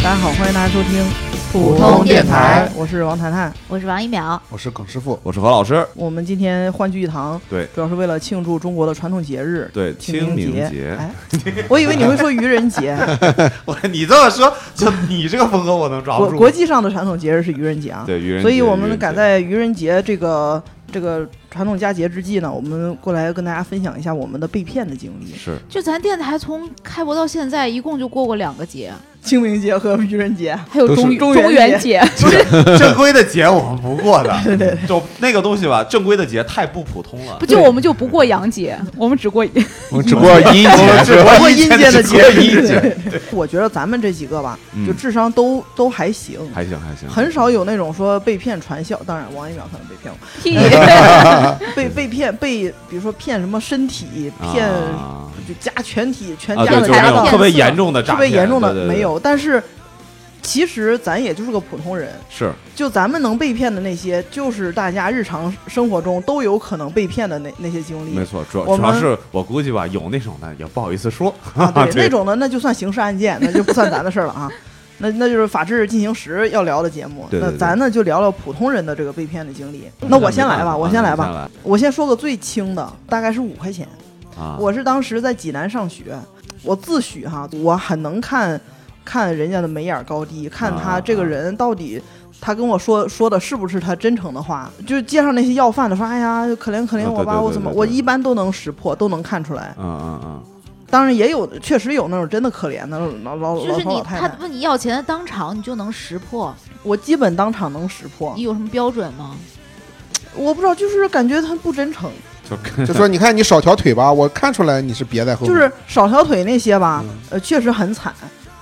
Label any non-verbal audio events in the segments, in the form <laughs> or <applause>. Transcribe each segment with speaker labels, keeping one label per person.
Speaker 1: 家收听
Speaker 2: 普通电台，
Speaker 1: 我是王谈谈。
Speaker 2: 我是王一淼，
Speaker 3: 我是耿师傅，
Speaker 4: 我是何老师。
Speaker 1: 我们今天欢聚一堂，
Speaker 4: 对
Speaker 1: 主要是为了庆祝中国的传统节日
Speaker 4: 对，清
Speaker 1: 明
Speaker 4: 明
Speaker 1: 节。
Speaker 4: <laughs>
Speaker 1: 哎，我以为你会说愚人节，
Speaker 3: 我你这么说，就你这个风格我能抓
Speaker 1: 国
Speaker 3: 不住。
Speaker 1: 国际上的传统节日是愚人节啊。
Speaker 4: 对愚人节，
Speaker 1: 所以我
Speaker 4: 愚
Speaker 1: 们
Speaker 4: 人
Speaker 1: 赶
Speaker 4: 节
Speaker 1: 在愚人节这个这个传统佳节之际呢，我们过来跟大家分享一下我们的被骗的经
Speaker 4: <laughs>
Speaker 1: 历。
Speaker 4: 是
Speaker 2: 就咱电台从开播到现在，一共就过过两个节，
Speaker 1: 清明节和愚人节，
Speaker 2: 还有
Speaker 4: 都是
Speaker 2: 中
Speaker 1: 中
Speaker 2: 中
Speaker 1: 元
Speaker 2: 元节，
Speaker 1: <laughs>
Speaker 3: 正规的节我们不过的，对对
Speaker 4: 就那个东西吧，正规的节太不普通了
Speaker 2: 不。就我们就不过洋节，我们只
Speaker 1: <laughs>
Speaker 2: 过
Speaker 4: 我只不
Speaker 5: <laughs>
Speaker 4: 过阴节
Speaker 3: 只
Speaker 1: 包括
Speaker 3: 过
Speaker 1: 阴
Speaker 3: 阴
Speaker 1: 间
Speaker 3: 间的
Speaker 1: 的节
Speaker 3: 节
Speaker 1: 日。
Speaker 4: 阴节
Speaker 1: 对 <laughs> 我觉得咱们这几个吧，
Speaker 4: 嗯
Speaker 1: 就智商都都还行。
Speaker 4: 还行还行，
Speaker 1: 很少有那种说被骗传销，当然王一淼可能被骗
Speaker 4: <laughs>
Speaker 1: 过，
Speaker 2: 屁，
Speaker 1: 被被骗被，比如说骗什么身体，骗、
Speaker 4: 啊
Speaker 1: 就加全体全
Speaker 4: 啊，
Speaker 1: 家
Speaker 4: 对，
Speaker 1: 的
Speaker 4: 就是
Speaker 1: 家
Speaker 4: 那
Speaker 1: 当
Speaker 4: 种
Speaker 2: 骗
Speaker 4: 特别
Speaker 2: 色
Speaker 4: 严重的诈
Speaker 1: 特别严重的
Speaker 4: 对对对
Speaker 1: 没有，但是其实咱也就是个普通人，
Speaker 4: 是
Speaker 1: 就咱们能被骗的那些，就是大家日常生活中都有可能被骗的那那些经历
Speaker 4: 没错，主要
Speaker 1: 嗯我
Speaker 4: 主要
Speaker 1: 们
Speaker 4: 是我估计吧，有那种的也不好意思说，
Speaker 1: 啊，对
Speaker 4: <laughs> 对
Speaker 1: 那种的那就算刑事案
Speaker 4: <laughs>
Speaker 1: 件，那就不算咱的事儿了啊。那那就是法治进行时要聊的节目，
Speaker 4: 对对嗯
Speaker 1: 那
Speaker 4: 对
Speaker 1: 咱呢就聊聊普通人的这个被骗的经历。那我先来吧，我先来吧，
Speaker 4: 啊
Speaker 1: 我先说个最轻的，大概是五块钱。
Speaker 4: 你先来啊，
Speaker 1: 我是当时在济南上学，我自诩哈，我很能看看人家的眉眼儿高低，看他
Speaker 4: 啊
Speaker 1: 这个人到底。他跟我说说的是不是他真诚的话？就是街上那些要饭的说：“哎呀，可怜可怜
Speaker 4: 啊
Speaker 1: 我吧，
Speaker 4: 对对对
Speaker 1: 我怎么……
Speaker 4: 对对
Speaker 1: 我一般都能识破，都能看出来。
Speaker 4: 嗯嗯嗯，
Speaker 1: 当然也有，确实有那种真的可怜的老老老
Speaker 2: 就是
Speaker 1: 头
Speaker 2: 你
Speaker 1: 老太
Speaker 2: 他
Speaker 1: 太，
Speaker 2: 问你要钱的当场，你就能识破，
Speaker 1: 我基本当场能识破
Speaker 2: 你。有什么标准吗？
Speaker 1: 我不知道，就是感觉他不真诚，
Speaker 4: 就跟
Speaker 5: 就说你看你少条腿吧， <laughs> 我看出来你是别在后
Speaker 1: 就
Speaker 5: 面，
Speaker 1: 是少条腿那些吧
Speaker 5: 嗯，
Speaker 1: 呃，确实很惨。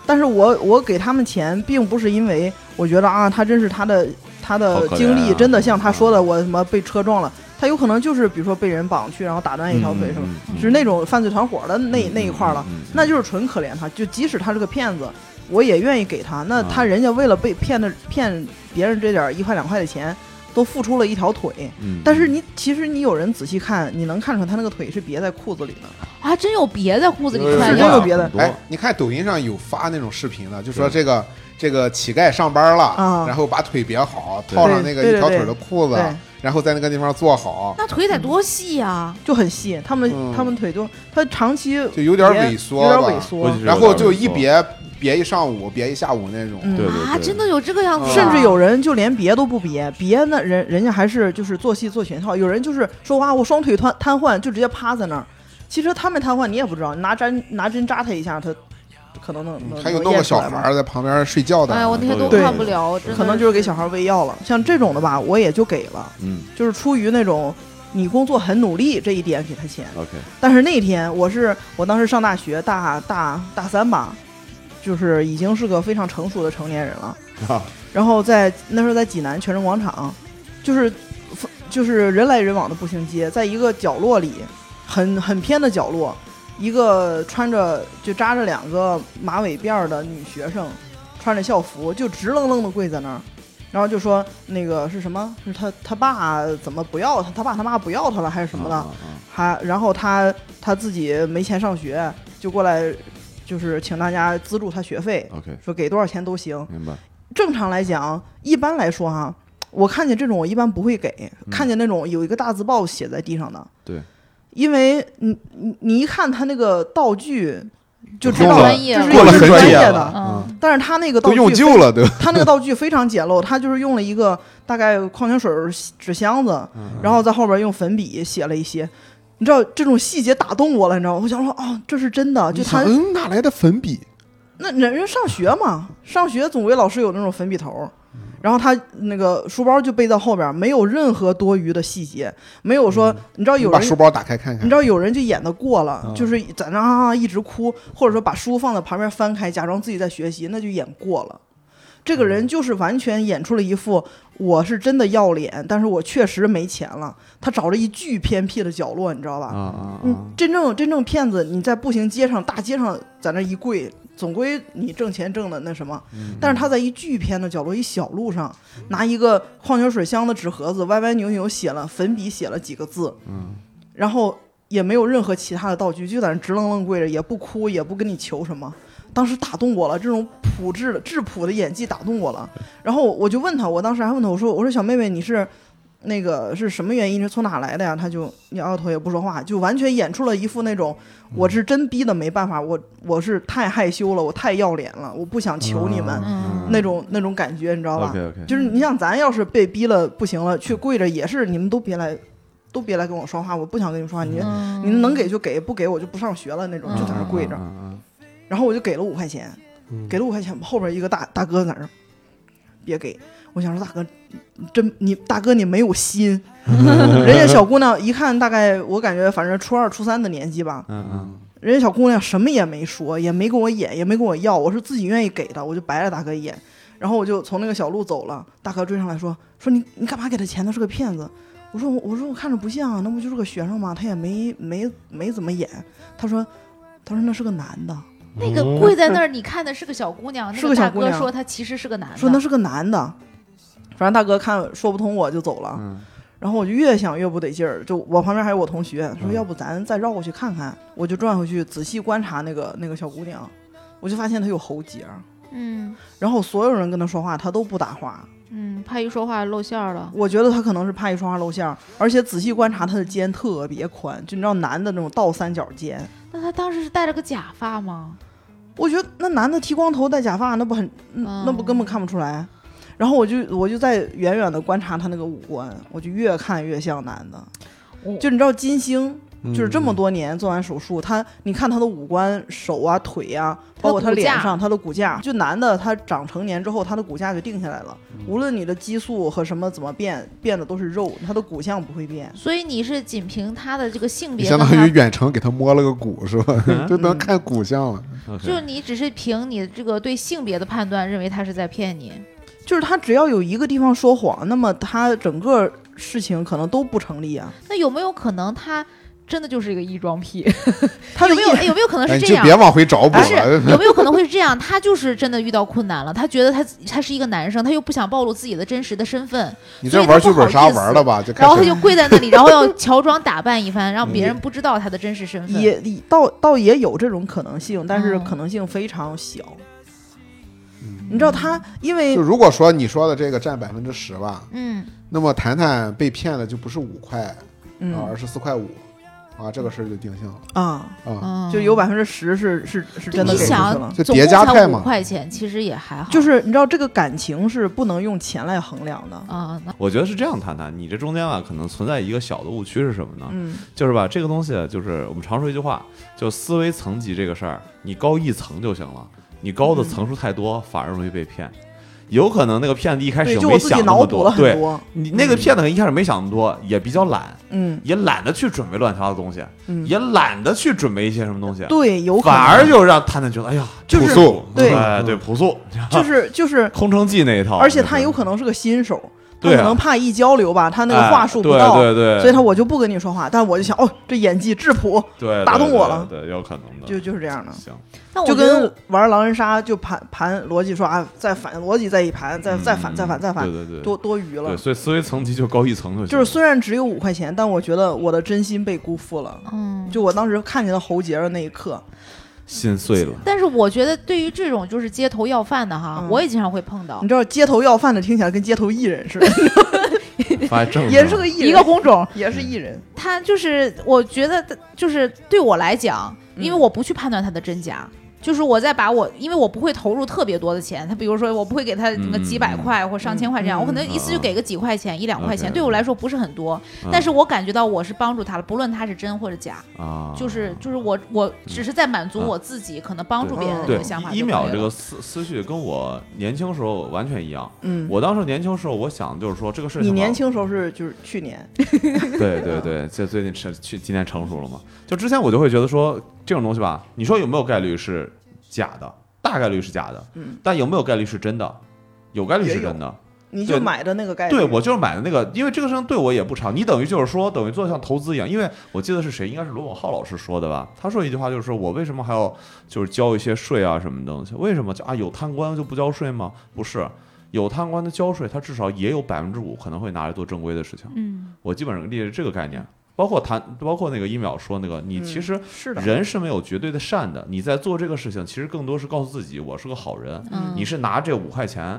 Speaker 1: 但是我我给他们钱，并不是因为我觉得啊，他真是他的他
Speaker 4: 好
Speaker 1: 的
Speaker 4: 可怜啊
Speaker 1: 经历真的像他说的，我什么被车撞了，他有可能就是比如说被人绑去，然后打断一条腿什么，
Speaker 4: 么
Speaker 1: 就是那种犯罪团伙的那那一块了，，
Speaker 4: 嗯嗯嗯嗯嗯
Speaker 1: 那就是纯可怜他。就即使他是个骗子，我也愿意给他。那
Speaker 4: 嗯
Speaker 1: 他人家为了被骗的骗别人这点儿一块两块的钱，都付出了一条腿。
Speaker 4: 嗯
Speaker 1: 但是你其实你有人仔细看，你能看出来他那个腿是别在裤子里的，
Speaker 2: 啊，真有别在裤子里
Speaker 5: 有有
Speaker 2: 穿
Speaker 1: 是真
Speaker 5: 是这
Speaker 2: 呀
Speaker 5: 样
Speaker 1: 有别的
Speaker 4: 很。多
Speaker 5: 哎，你看抖音上有发那种视频的，就说
Speaker 4: 对
Speaker 5: 这个这个乞丐上班了，
Speaker 1: 啊
Speaker 5: 然后把腿别好，
Speaker 4: 对
Speaker 5: 套上那个
Speaker 1: 对对
Speaker 5: 一条腿的裤子，
Speaker 1: 对，
Speaker 5: 然后在那个地方坐好，
Speaker 2: 那腿得多细啊！
Speaker 1: 就很细，他们、
Speaker 5: 嗯
Speaker 1: 他们腿就他长期
Speaker 5: 就有点
Speaker 1: 别
Speaker 5: 萎
Speaker 1: 有
Speaker 5: 缩
Speaker 1: 点
Speaker 5: 吧，
Speaker 1: 萎
Speaker 4: 估计
Speaker 1: 缩
Speaker 4: 是，
Speaker 5: 然
Speaker 4: 有
Speaker 5: 后
Speaker 4: 点
Speaker 5: 就
Speaker 4: 萎
Speaker 5: 一
Speaker 4: 缩
Speaker 5: 别别一上午，别一下午那种。
Speaker 1: 嗯
Speaker 4: 对对
Speaker 2: 啊，
Speaker 4: 对
Speaker 2: 真的有这个样子啊，
Speaker 1: 甚至有人就连别都不别，别那人人家还是就是做戏做全套，有人就是说哇我双腿瘫瘫痪，就直接趴在那儿。其实他没瘫痪，你也不知道，你拿针拿针扎他一下，他可能能能
Speaker 5: 还有
Speaker 1: 能
Speaker 5: 嗯弄
Speaker 1: 验
Speaker 5: 个
Speaker 1: 出
Speaker 5: 小
Speaker 1: 来
Speaker 5: 孩
Speaker 1: 吧
Speaker 5: 儿在旁边睡觉的，
Speaker 2: 哎呀，我那些都
Speaker 4: 对
Speaker 2: 看不了，真的
Speaker 1: 可能就是给小孩喂药了。像这种的吧，我也就给了，
Speaker 4: 嗯
Speaker 1: 就是出于那种你工作很努力这一点给他钱。
Speaker 4: OK
Speaker 1: 但是那天我是我当时上大学大大大三吧，就是已经是个非常成熟的成年人了。
Speaker 4: 啊
Speaker 1: 然后在那时候在济南泉城广场，就是就是人来人往的步行街，在一个角落里，很很偏的角落，一个穿着就扎着两个马尾辫儿的女学生，穿着校服就直愣愣的跪在那儿。然后就说那个是什么？是他他爸怎么不要他？他爸他妈不要他了还是什么的？
Speaker 4: 啊啊啊
Speaker 1: 还然后他他自己没钱上学，就过来就是请大家资助他学费，
Speaker 4: OK
Speaker 1: 说给多少钱都行。
Speaker 4: 明白
Speaker 1: 正常来讲，一般来说哈，我看见这种我一般不会给，
Speaker 4: 嗯
Speaker 1: 看见那种有一个大字报写在地上的，
Speaker 4: 对，
Speaker 1: 因为你你你一看他那个道具就知
Speaker 4: 用
Speaker 1: 道
Speaker 4: 了
Speaker 2: 专业
Speaker 1: 就是
Speaker 4: 过了
Speaker 1: 是
Speaker 4: 很
Speaker 1: 专
Speaker 4: 久
Speaker 1: 业
Speaker 4: 了
Speaker 1: 的，
Speaker 2: 嗯，
Speaker 1: 但是他那个道
Speaker 5: 都
Speaker 1: 具
Speaker 5: 用
Speaker 1: 非
Speaker 5: 旧了都。
Speaker 1: 他那个道具非常
Speaker 5: <laughs>
Speaker 1: 简陋，他就是用了一个大概矿泉水儿纸箱子，
Speaker 5: 嗯
Speaker 1: 然后在后边用粉笔写了一些。你知道这种细节打动我了，你知道吗？我想说，哦，这是真的。就
Speaker 5: 你
Speaker 1: 他
Speaker 5: 想嗯，哪来的粉笔？
Speaker 1: 那人人上学嘛，上学总归老师有那种粉笔头儿，
Speaker 5: 嗯
Speaker 1: 然后他那个书包就背在后边儿，没有任何多余的细节，没有说你知道
Speaker 5: 嗯你
Speaker 1: 有
Speaker 5: 把
Speaker 1: 人
Speaker 5: 书包打开看
Speaker 1: 你
Speaker 5: 看
Speaker 1: 知。道有人就演的过了，
Speaker 5: 嗯
Speaker 1: 就是在那啊啊一直哭，或者说把书放在旁边翻开，假装自己在学习，那就演过了。这个人就是完全演出了一副我是真的要脸，但是我确实没钱了。他找了一巨偏僻的角落，你知道吧？
Speaker 4: 啊啊
Speaker 1: 嗯，真正真正骗子，你在步行街上、大街上在那一跪，总归你挣钱挣的那什么。但是他在一巨偏的角落、一小路上，拿一个矿泉水箱的纸盒子，歪歪扭扭写了粉笔写了几个字，嗯，然后也没有任何其他的道具，就在那直愣愣跪着，也不哭，也不跟你求什么。当时打动我了，这种朴质的质朴的演技打动我了。然后我就问他，我当时还问他，我说我说小妹妹你是那个是什么原因？是从哪来的呀？他就摇摇头也不说话，就完全演出了一副那种我是真逼的没办法，我我是太害羞了，我太要脸了，我不想求你们、
Speaker 2: 嗯
Speaker 1: 那种那种感觉，你知道吧？
Speaker 4: 啊 OK OK，
Speaker 1: 就是你想，咱要是被逼了不行了，去跪着也是，你们都别来，都别来跟我说话，我不想跟你们说话，你们、
Speaker 2: 嗯
Speaker 1: 你们能给就给，不给我就不上学了那种，就在那儿跪着。嗯
Speaker 4: 嗯
Speaker 1: 然后我就给了五块钱，
Speaker 5: 嗯
Speaker 1: 给了五块钱，后边一个大大哥在那儿，别给。我想说大哥，真你大哥你没有心，人家小姑娘一看大概我感觉反正初二初三的年纪吧，
Speaker 4: 嗯嗯
Speaker 1: 人家小姑娘什么也没说，也没跟我演，也没跟我要，我是自己愿意给的，我就白了大哥一眼。然后我就从那个小路走了，大哥追上来说：“说你你干嘛给他钱？他是个骗子。”我说：“我我说我看着不像啊，那不就是个学生吗？他也没没没怎么演。”他说：“他说那是个男的，
Speaker 2: 那个
Speaker 1: 嗯
Speaker 2: 跪在那儿，你看的是个小姑娘，那
Speaker 1: 是个小
Speaker 2: 大
Speaker 1: 姑
Speaker 2: 哥
Speaker 1: 娘
Speaker 2: 说他其实是个男的，
Speaker 1: 说那是个男的。”反正大哥看说不通我就走了。
Speaker 4: 嗯
Speaker 1: 然后我就越想越不得劲儿，就我旁边还有我同学说，要不咱再绕过去看看？我就转回去仔细观察那个那个小姑娘，我就发现她有喉结儿。
Speaker 2: 嗯
Speaker 1: 然后所有人跟他说话，他都不搭话。
Speaker 2: 嗯，怕一说话露馅儿了，
Speaker 1: 我觉得他可能是怕一说话露馅儿，而且仔细观察他的肩特别宽，就你知道男的那种倒三角肩。
Speaker 2: 那他当时是戴着个假发吗？
Speaker 1: 我觉得那男的剃光头戴假发，那不很，嗯那不根本看不出来。然后我就我就在远远的观察他那个五官，我就越看越像男的。
Speaker 2: 我
Speaker 1: 就你知道金星，
Speaker 5: 嗯
Speaker 1: 就是这么多年做完手术，他你看他的五官、手啊、腿啊，包括他脸上他的骨架，就男的他长成年之后，他的骨架就定下来了。无论你的激素和什么怎么变，变的都是肉，他的骨相不会变。
Speaker 2: 所以你是仅凭他的这个性别
Speaker 5: 相
Speaker 2: 跟
Speaker 5: 当
Speaker 2: 他
Speaker 5: 于远程给他摸了个骨是吧？<laughs>
Speaker 4: 嗯
Speaker 5: 就能看骨相了。
Speaker 4: ，OK，
Speaker 2: 就你只是凭你这个对性别的判断，认为他是在骗你。
Speaker 1: 就是他只要有一个地方说谎，那么他整个事情可能都不成立啊。
Speaker 2: 那有没有可能他真的就是一个异装癖？
Speaker 1: 他的
Speaker 2: 有没有
Speaker 1: 意
Speaker 2: 哎有没有可能
Speaker 5: 哎，
Speaker 2: 是
Speaker 5: 你
Speaker 2: 这
Speaker 5: 就
Speaker 2: 样？
Speaker 5: 别往回找补
Speaker 2: 不是
Speaker 5: 了。
Speaker 2: 有没有可能会是这样？他就是真的遇到困难了，他觉得他自他是一个男生，他又不想暴露自己的真实的身份，
Speaker 5: 你这玩剧本杀玩的吧？就开
Speaker 2: 然后他
Speaker 5: 始
Speaker 2: 就跪在那里，然后要乔装打扮一番，让别人不知道他的真实
Speaker 4: 嗯
Speaker 2: 身份。
Speaker 1: 也也倒倒也有这种可能性，但是
Speaker 2: 嗯
Speaker 1: 可能性非常小。你知道他因为
Speaker 5: 就如果说你说的这个占百分之十吧，
Speaker 2: 嗯，
Speaker 5: 那么谈谈被骗的就不是五块
Speaker 1: 嗯
Speaker 5: 啊，而是四块五啊，这个事儿就定性了
Speaker 1: 啊。
Speaker 5: 啊。
Speaker 2: 嗯
Speaker 1: 就有百分之十是是是真的
Speaker 2: 你
Speaker 1: 给出去
Speaker 2: 想
Speaker 1: 了。，
Speaker 5: 就
Speaker 2: 总
Speaker 5: 叠
Speaker 2: 共
Speaker 5: 加
Speaker 2: 才
Speaker 5: 派
Speaker 2: 五
Speaker 5: 嘛
Speaker 2: 块钱其实也还好。
Speaker 1: 就是你知道这个感情是不能用钱来衡量的，
Speaker 2: 啊，那
Speaker 4: 我觉得是这样谈谈，你这中间啊，可能存在一个小的误区是什么呢？
Speaker 1: 嗯，
Speaker 4: 就是吧，这个东西啊就是我们常说一句话，就思维层级这个事儿，你高一层就行了，你高
Speaker 1: 嗯
Speaker 4: 的层数太多，反而容易被骗。有可能那个骗子一开始
Speaker 1: 对，就
Speaker 4: 没
Speaker 1: 我自己
Speaker 4: 想那
Speaker 1: 脑
Speaker 4: 么
Speaker 1: 补了
Speaker 4: 多，
Speaker 1: 很
Speaker 4: 对
Speaker 1: 多，
Speaker 4: 你那个骗子可能一开始没想那么多，也比较懒，
Speaker 1: 嗯
Speaker 4: 也懒得去准备乱七八糟的东西，
Speaker 1: 嗯，
Speaker 4: 也懒得去准备一些什么东西，
Speaker 1: 对，有可能
Speaker 4: 反而就让探探觉得，哎呀，
Speaker 1: 就是
Speaker 5: 朴素
Speaker 1: 对
Speaker 4: 哎
Speaker 5: 嗯
Speaker 4: 对，朴 <laughs> 素，
Speaker 1: 就是
Speaker 4: <laughs>
Speaker 1: 就是，
Speaker 4: 空城计那一套，
Speaker 1: 而且他
Speaker 4: 就是
Speaker 1: 有可能是个新手，他
Speaker 4: 对
Speaker 1: 可
Speaker 4: 啊
Speaker 1: 能怕一交流吧，他那个
Speaker 4: 哎
Speaker 1: 话术不
Speaker 4: 对
Speaker 1: 到，
Speaker 4: 对对，
Speaker 1: 所以他我就不跟你说话，但我就想哦，这演技质朴，
Speaker 4: 对
Speaker 1: 打动
Speaker 4: 对
Speaker 1: 我
Speaker 4: 对
Speaker 1: 了
Speaker 4: 对，有可能的，
Speaker 1: 就就是这样的。
Speaker 4: 行，
Speaker 2: 但我
Speaker 1: 就
Speaker 2: 觉得
Speaker 1: 跟玩狼人杀就盘盘逻辑说啊，再反逻辑再一盘，再 <laughs> 再反
Speaker 4: 嗯
Speaker 1: 再反再反，
Speaker 4: 对对对，
Speaker 1: 多多余了
Speaker 4: 对，。所以思维层级就高一层就行，
Speaker 1: 就是虽然只有五块钱，但我觉得我的真心被辜负了。
Speaker 2: 嗯，
Speaker 1: 就我当时看见了喉结的那一刻，
Speaker 4: 心碎
Speaker 1: <laughs>
Speaker 4: 了。
Speaker 2: 但是我觉得对于这种就是街头要饭的哈，
Speaker 1: 嗯
Speaker 2: 我也经常会碰到
Speaker 1: 你知道街头要饭的听起来跟街头艺人似的，
Speaker 4: 发正
Speaker 1: 也是个艺人，
Speaker 2: 一个工种，
Speaker 1: 也是艺人。
Speaker 2: 他就是我觉得他就是对我来讲，
Speaker 1: 嗯
Speaker 2: 因为我不去判断他的真假。就是我在把我，因为我不会投入特别多的钱，他比如说我不会给他什么
Speaker 4: 嗯
Speaker 2: 几百块或上千块这样，
Speaker 1: 嗯啊
Speaker 2: 我可能一次就给个几块钱、一两块钱，
Speaker 4: OK
Speaker 2: 对我来说不是很多，
Speaker 1: 嗯
Speaker 2: 但是我感觉到我是帮助他了，不论他是真或者假，
Speaker 4: 啊，
Speaker 2: 就是就是我我只是在满足我自己，可能帮助别人的这
Speaker 4: 嗯对
Speaker 2: 个想法就可以
Speaker 4: 一
Speaker 2: 了。
Speaker 4: 秒这个思思绪跟我年轻时候完全一样。
Speaker 1: 嗯，
Speaker 4: 我当时年轻时候，我想就是说这个事情，
Speaker 1: 你年，轻时候是就是去年， <laughs>
Speaker 4: 对对
Speaker 1: 嗯
Speaker 4: 对，这最近成去今年成熟了嘛？就之前我就会觉得说这种东西吧，你说有没有概率是假的？大概率是假的，
Speaker 1: 嗯，
Speaker 4: 但有没有概率是真的？有概率
Speaker 1: 也
Speaker 4: 是
Speaker 1: 有哎
Speaker 4: 真的，
Speaker 1: 你就
Speaker 4: 对
Speaker 1: 买的那个概率。
Speaker 4: 对我就是买的那个，因为这个事情对我也不长，你等于就是说，等于做像投资一样。因为我记得是谁，应该是罗永浩老师说的吧？他说一句话就是说，我为什么还要就是交一些税啊什么东西？为什么就啊有贪官就不交税吗？不是，有贪官的交税，他至少也有百分之五可能会拿来做正规的事情。
Speaker 2: 嗯
Speaker 4: 我基本上列是这个概念。包括谈，包括那个一秒说那个，你
Speaker 1: 嗯
Speaker 4: 其实
Speaker 1: 是的，
Speaker 4: 人是没有绝对的善的，你在做这个事情，其实更多是告诉自己我是个好人，
Speaker 2: 嗯，
Speaker 4: 你是拿这五块钱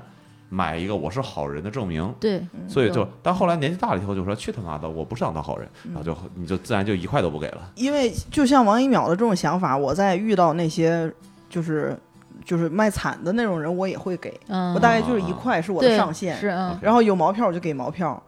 Speaker 4: 买一个我是好人的证明。
Speaker 1: 嗯
Speaker 2: 对，
Speaker 4: 所以就
Speaker 2: 有，
Speaker 4: 但后来年纪大了以后，就说去他妈的，我不想当好人，
Speaker 1: 嗯
Speaker 4: 然后就你就自然就一块都不给了。
Speaker 1: 因为就像王一淼的这种想法，我在遇到那些就是就是卖惨的那种人，我也会给，
Speaker 2: 嗯，
Speaker 1: 我大概就是一块是我的
Speaker 2: 对
Speaker 1: 上限，
Speaker 2: 是嗯，
Speaker 1: 然后有毛票我就给毛票，